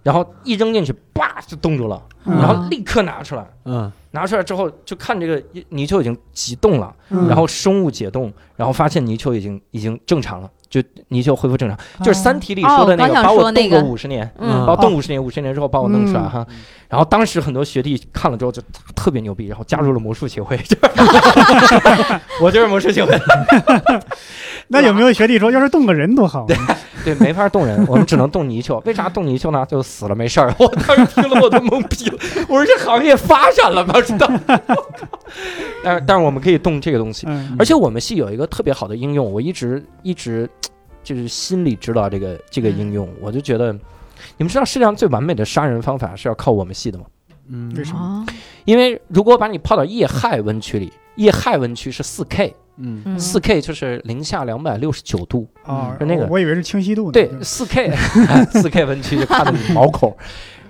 然后一扔进去，叭就冻住了，
嗯
然后立刻拿出来。
嗯
拿出来之后，就看这个泥鳅已经急冻了，
嗯
然后生物解冻，然后发现泥鳅已经已经正常了，就泥鳅恢复正常，
嗯
就是《三体》里说的那
啊哦我刚
个，
想
把我
说那
冻
个
个五十年，
嗯
把我冻五十年，五十年之后把我弄出来哈。然后当时很多学弟看了之后就特别牛逼，然后加入了魔术协会， 就是我就是魔术协会，
嗯那有没有学弟说，要是冻个人多好？
对，没法冻人，我们只能冻泥鳅。为啥冻泥鳅呢？就死了没事儿。 我当时听了我都懵逼了，我说这行业发展了吗？ 知道？但是但是我们可以冻这个东西，
嗯
而且我们系有一个特别好的应用，我一直一直就是心里知道这个这个应用，我就觉得，你们知道世界上最完美的杀人方法是要靠我们系的吗？
嗯
为什么？
哦，
因为如果把你泡到液氦温区里，液氦温区是四 K，
嗯
嗯
四 K 就是零下两百六十九度，
啊，
嗯是那个
我以为是清晰度呢。
对，四 K 啊 四 K 温区就看到你毛孔，
嗯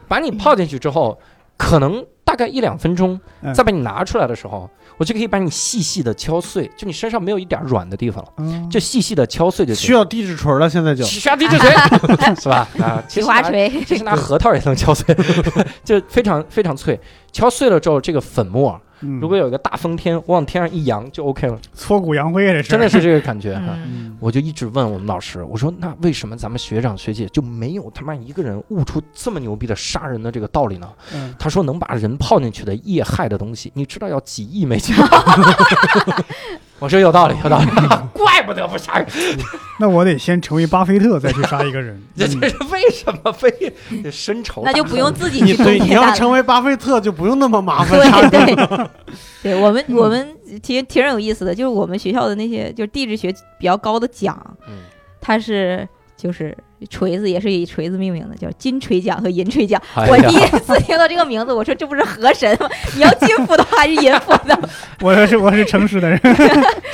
把你泡进去之后，可能大概一两分钟，
嗯
再把你拿出来的时候，我就可以把你细细的敲碎，就你身上没有一点软的地方了。
啊
就细细的敲碎就
嗯
行。
需要地质锤了，现在就
下地之锤 是吧？啊，其
皮
实
划
拿
锤，
其实拿核桃也能敲碎， 就非常非常脆。敲碎了之后，这个粉末
嗯
如果有一个大风天往天上一扬就 OK 了，
搓骨扬灰这是
真的是这个感觉哈。
嗯，
我就一直问我们老师，我说那为什么咱们学长学姐就没有他妈一个人悟出这么牛逼的杀人的这个道理呢？
嗯
他说能把人泡进去的液氦的东西，你知道要几亿美 金吗？我说有道理，有道理， 怪不得不杀人。
那我得先成为巴菲特再去杀一个人
。
嗯
这这是为什么非得深仇？
那就不用自己
你
去
对
攻
你
铁
要
蛋了。
成为巴菲特啊就不嗯用那么麻烦
对 对，对我们我们挺挺有意思的，就是我们学校的那些就是地质学比较高的奖，
嗯
它是就是锤子也是以锤子命名的，叫金锤奖和银锤奖。
哎
我
呀
第一次听到这个名字，我说这不是河神吗？你要金斧头还是银斧头？
我是 我是诚实的人。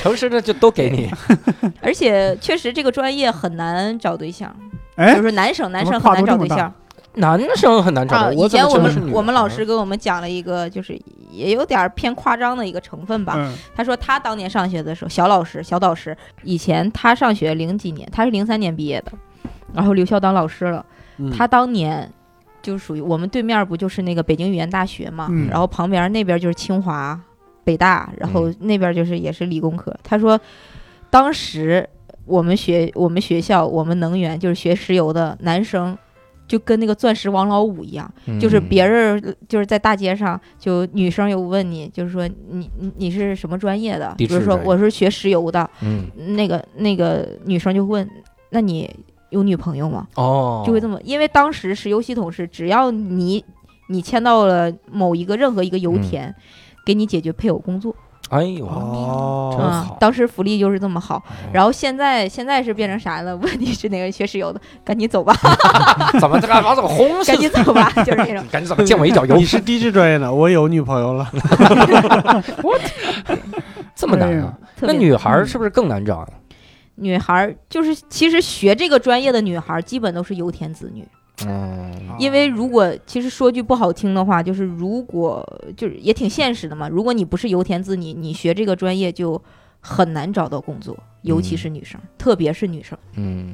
诚实的就都给你。
而且确实这个专业很难找对象，
哎
就，是男生男
怎么跨
生很难
度
找
这么
对
大
象。
男生很难找
啊，
到，
以
怎
前
么
我
觉得是女
们我们老
生
师给我们讲了一个，就是也有点儿偏夸张的一个成分吧。
嗯
他说他当年上学的时候，小老师小导师以前他上学零几年，他是零三年毕业的，然后留校当老师了。
嗯
他当年就属于我们对面不就是那个北京语言大学嘛，
嗯
啊然后旁边那边就是清华、北大，然后那边就是也是理工科。他说，当时我们学我们学校我们能源就是学石油的男生，就跟那个钻石王老五一样，
嗯
就是
嗯
别人就是在大街上，就女生有问你，就是说你你你是什么专业的？比
地质
如说
专业
我是学石油的，
嗯
那个那个女生就问，那你有女朋友吗？
哦，
就会这么，因为当时石油系统是只要你你签到了某一个任何一个油
嗯
田，给你解决配偶工作
哎呦，真
哦，
啊、
好哦
当时福利就是这么好，然后现在现在是变成啥了？ 问你是哪个学石油的，赶紧走吧，
怎么这个往怎么轰死
赶？紧走吧， 就是 那种。
赶紧怎么
哎
溅我一脚油
你？是地质专业的，我有女朋友了，
这么难啊
哎呀？
特
那
别嗯
女孩儿是不是更难找啊？
女孩儿就是其实学这个专业的女孩儿基本都是有田子女，
嗯，
因为
啊
如果其实说句不好听的话，就是如果就是也挺现实的嘛，如果你不是油田子女，你学这个专业就很难找到工作，尤其是女生，特别是女生，
嗯，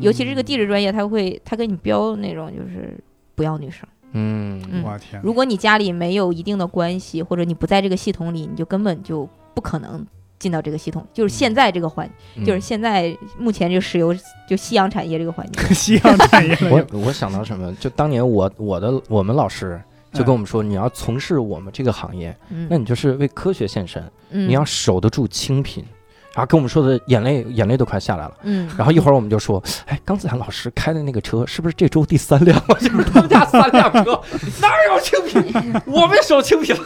尤其是这个
嗯
地质专业，他会他给你标那种就是不要女生。
嗯
嗯
我天，
如果你家里没有一定的关系，或者你不在这个系统里，你就根本就不可能进到这个系统。就是现在这个环，
嗯
就是现在目前这个石油就夕阳产业这个环境，
夕阳产业
嗯
了
我
又，
我想到什么？就当年我我的我们老师
嗯
就跟我
们
们说，你要从事我们这个行业，
嗯，
那你就是为科学献身，
嗯
你要守得住清贫。然后跟我们说的眼泪眼泪都快下来了。
嗯，
然后一会儿我们就说，哎，刚才老师开的那个车是不是这周第三辆了？ 就是他们家三辆车，哪有清贫？我们守清贫了。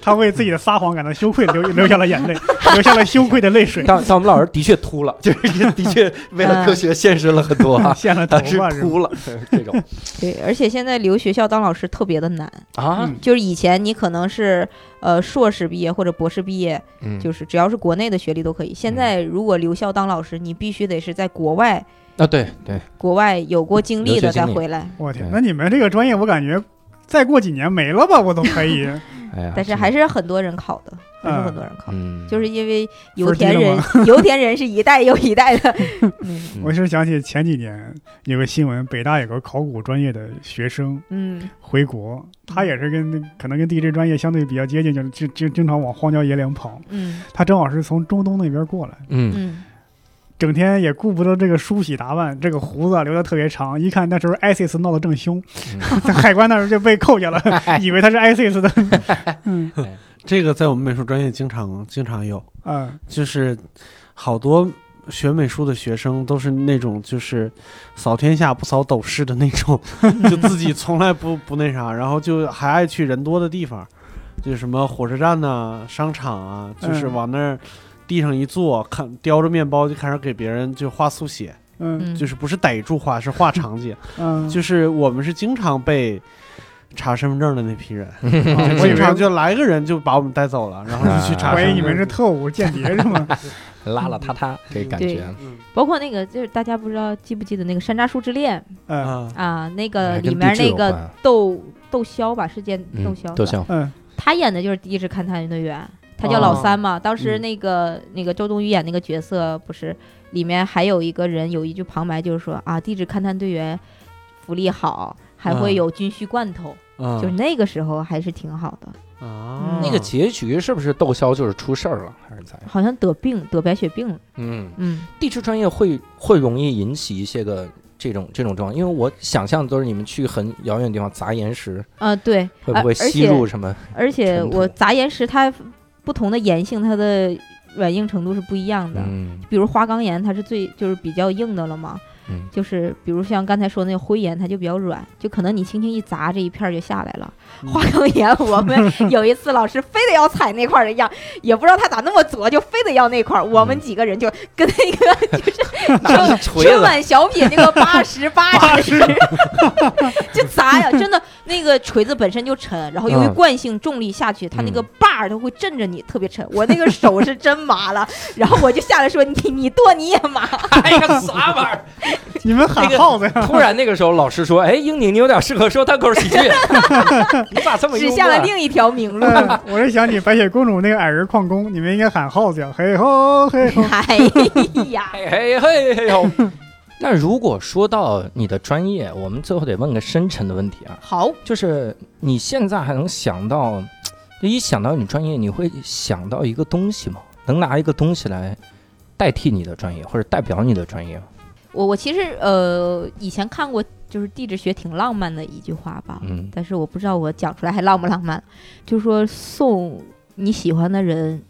他为自己的撒谎感到羞愧，流流下了眼泪，流下了羞愧的泪水，，
但但我们老师的确秃了， 就是的确为了科
哎
学献身了很多啊
现了 头
但是
发是吧
秃 了这种
对，而且现在留学校当老师特别的难，
啊，
嗯
就是以前你可能是呃硕士毕业或者博士毕业，
嗯
就是只要是国内的学历都可以。现在如果留校当老师，你必须得是在国外
啊，对对，
国外有过经历
留学
的
经
再
历
回来，
我天
对，
那你们这个专业，我感觉再过几年没了吧，我都可以。
哎呀，
但是还是很多人考的，还是
嗯
很多人考的。
嗯，
就是因为油
分低
田
了
人，油田人是一代又一代 的那种，
我是想起前几年有个新闻，北大有个考古专业的学生
嗯，
回国，他也是跟那可能跟地质专业相对比较接近，就是经经经常往荒郊野岭跑。
嗯
他正好是从中东那边过来，
嗯
嗯，
整天也顾不得这个梳洗打扮，这个胡子留得特别长，一看那时候 ISIS 闹得正凶，
嗯
在海关那时候就被扣下 了，以为他是 ISIS 的。嗯
这个在我们美术专业经常经常有，
啊，
就是好多学美术的学生都是那种就是扫天下不扫斗室的那 种，就自己从来不不那啥，然后就还爱去人多的地方，就什么火车站呐、商场啊，就是
嗯
往那儿地上一坐，看叼着面包就开始给别人就画速写，
嗯
嗯
就是不是逮住画，是画场景，
嗯，
就是我们是经常被。查身份证的那批 人，
啊我以
经
为
常就来个人就把我们带走了，然后就去查身份证。
我以为你们是特务间谍是 吗？
邋邋遢遢这感
对
觉，
嗯
包括那个就是大家不知道记不记得那个《山楂树之恋》
嗯
啊，
啊，那
哎
个
跟
里
地
面
质
那
有
个
关
窦窦骁吧，是叫
嗯
窦骁，
都像
嗯
他演的就是《地质勘探队员》，他
哦
叫老三
嗯
嘛。当时那个、那个周冬雨演那个角色，不是里面还有一个人有一句旁白，就是说啊，地质勘探队员福利好，还
嗯
会有军需罐头，
啊
就是那个时候还是挺好的。
啊，
那个结局是不是窦骁就是出事儿了，还是咋样？
好像得病得白血病了，
嗯，
嗯
地质专业会会容易引起一些个这种这种状况，因为我想象都是你们去很遥远的地方砸岩石，
啊对，
会不会
而而
吸入
且
什么？
而且
尘土
我砸岩石，它不同的岩性它的软硬程度是不一样的。
嗯
比如花岗岩，它是最就是比较硬的了嘛，
嗯
就是比如像刚才说那个灰岩，它就比较软，就可能你轻轻一砸，这一片儿就下来了。
嗯
花岗岩，我 们有一次老师非得要踩那块儿的样，也不知道他咋那么左，就非得要那块儿。我们
嗯
几个人就跟那 个就是春
锤子
春晚小品 那个八十八十，就砸呀，真的那个锤子本身就沉，然后由于
嗯
惯性重力下去，它那个
嗯
把儿它会震着你，特别沉。我那个手是真 麻了，然后我就下来说你你剁你也麻。
哎呀，啥玩意儿？
你们喊
那个
耗子呀？
突然那个时候，老师说：“哎，英宁，你有点适合说单口喜剧， 你咋这么幽
指
默
向了
啊
另一条明路。
嗯我是想起白雪公主那个矮人矿工，你们应该喊耗子呀，嘿吼嘿吼。
哎呀，
嘿嘿嘿嘿呦！ 那如果说到你的专业，我们最后得问个深沉的问题啊，
好，
就是你现在还能想到，就一想到你专业，你会想到一个东西吗？能拿一个东西来代替你的专业，或者代表你的专业吗？
我我其实呃以前看过就是地质学挺浪漫的一句话吧，
嗯
但是我不知道我讲出来还浪不浪漫，就说送你喜欢的人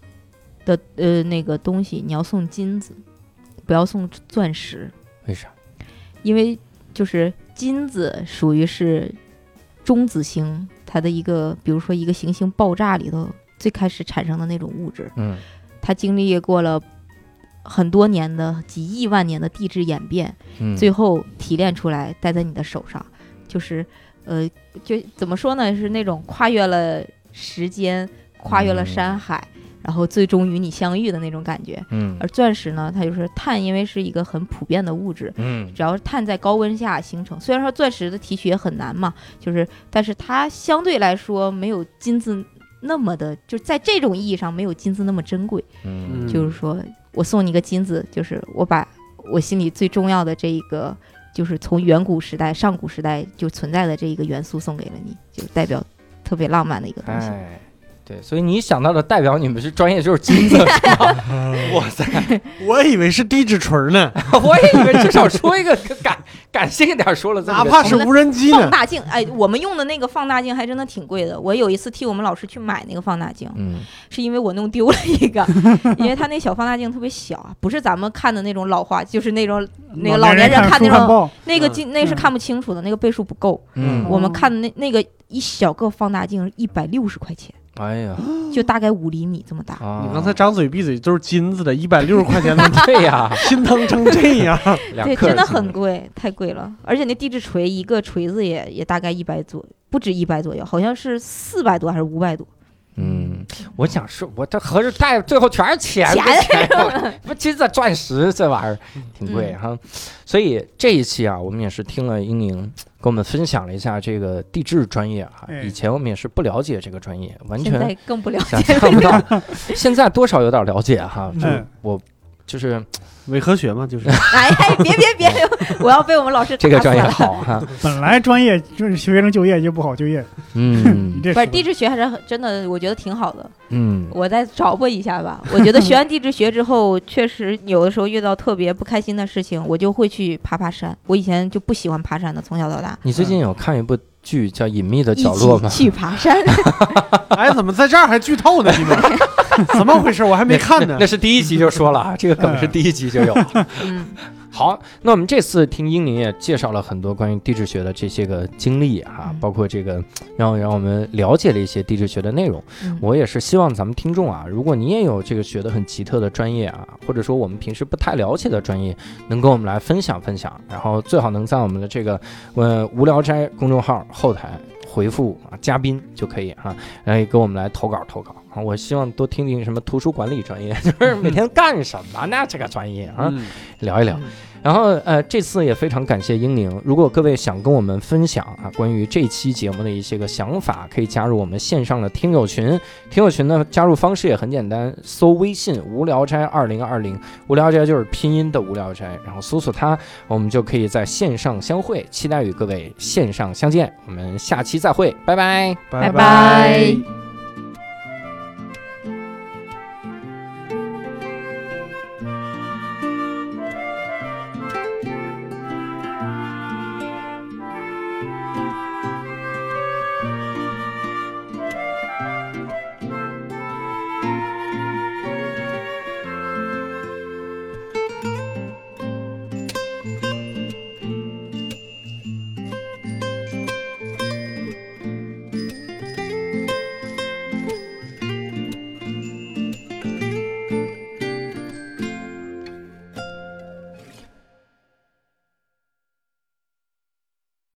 的呃那个东西，你要送金子，不要送钻石，
为啥？
因为就是金子属于是中子星它的一个，比如说一个行星爆炸里头最开始产生的那种物质，
嗯
它经历过了很多年的几亿万年的地质演变，
嗯，
最后提炼出来戴在你的手上，就是呃，
嗯
就怎么说呢，是那种跨越了时间，跨越了山海，然后最终与你相遇的那种感觉。
嗯
而钻石呢，它就是碳，因为是一个很普遍的物质，
嗯
只要是碳在高温下形成，虽然说钻石的提取也很难嘛，就是，但是它相对来说没有金子那么的，就在这种意义上没有金子那么珍贵。
嗯
就是说我送你一个金子，就是我把我心里最重要的这一个，就是从远古时代、上古时代就存在的这一个元素送给了你，就代表特别浪漫的一个东西。
哎，对，所以你想到的代表你们是专业就是金子，是吧哇塞，
我以为是低脂醇 呢，
我也以为至少说一个感感性点儿说了这么
哪
个，
怕是无人机
放
呢。
大镜，哎，我们用的那个放大镜还真的挺贵的。我有一次替我们老师去买那个放大镜，
嗯
是因为我弄丢了一个， 因为它那小放大镜特别小啊，不是咱们看的那种老花，就是那种那个老
年
年人看
书
那
看
种
报，
那个
嗯
镜，那是
嗯
看不清楚的，那个倍数不够。
嗯，
我们
哦
看的那那个一小个放大镜一百六十块钱，
哎呀，
就大概五厘米这么大。
啊
你刚才张嘴闭嘴都是金子的，一百六十块 钱的，
对呀，
心疼成这样。
两
对，
克
真的
儿金
很贵，太贵了。而且那地质锤一个锤子也也大概一百左，不止一百左右，好像是四百多还是五百多。
嗯，我想说，我这合着带最后全是钱，
钱
钱 不金子、钻石这玩意儿挺贵
嗯
哈、所以这一期啊，我们也是听了英宁给我们分享了一下这个地质专业哈、
哎
以前我们也是不了解这个专业，完
现
全
在更不了
想
解
象不到。现在多少有点了解哈、就是
嗯
我就是
伪科学嘛，就是
哎哎，别别别，我要被我们老师
这个
打死
专业
了。
好哈、
本来专业就是学生就业就不好就业，你
嗯
这
不
说
是地质学还是很真的，我觉得挺好的。
嗯
我再找补一下 吧。我觉得学完地质学之后，确实有的时候遇到特别不开心的事情，我就会去爬爬山。我以前就不喜欢爬山的，从小到大。
你最近有看一部剧叫《隐秘的
一
角落》
起
吗？
去爬 山，
哎，怎么在这儿还剧透呢？你 们怎么回事？我还没看呢
那。是第一集就说了啊，这个梗是第一集就有。
嗯，
好，那我们这次听英宁也介绍了很多关于地质学的这些个经历哈、
嗯
包括这个让让我们了解了一些地质学的内容。
嗯
我也是希望咱们听众啊，如果你也有这个学的很奇特的专业啊，或者说我们平时不太了解的专业，能跟我们来分享分享，然后最好能在我们的这个呃无聊斋公众号后台。回复啊，嘉宾就可以哈、然后也给我们来投稿投稿啊。我希望多听听什么图书管理专业， 就是每天干什么呢？这个专业啊，
嗯
聊一聊
嗯。
然后呃，这次也非常感谢英宁。如果各位想跟我们分享啊关于这期节目的一些个想法，可以加入我们线上的听友群。听友群呢，加入方式也很简单，搜微信“无聊斋二零二零”，无聊斋就是拼音的无聊斋，然后搜索它，我们就可以在线上相会。期待与各位线上相见，我们下期再会，拜拜。
拜拜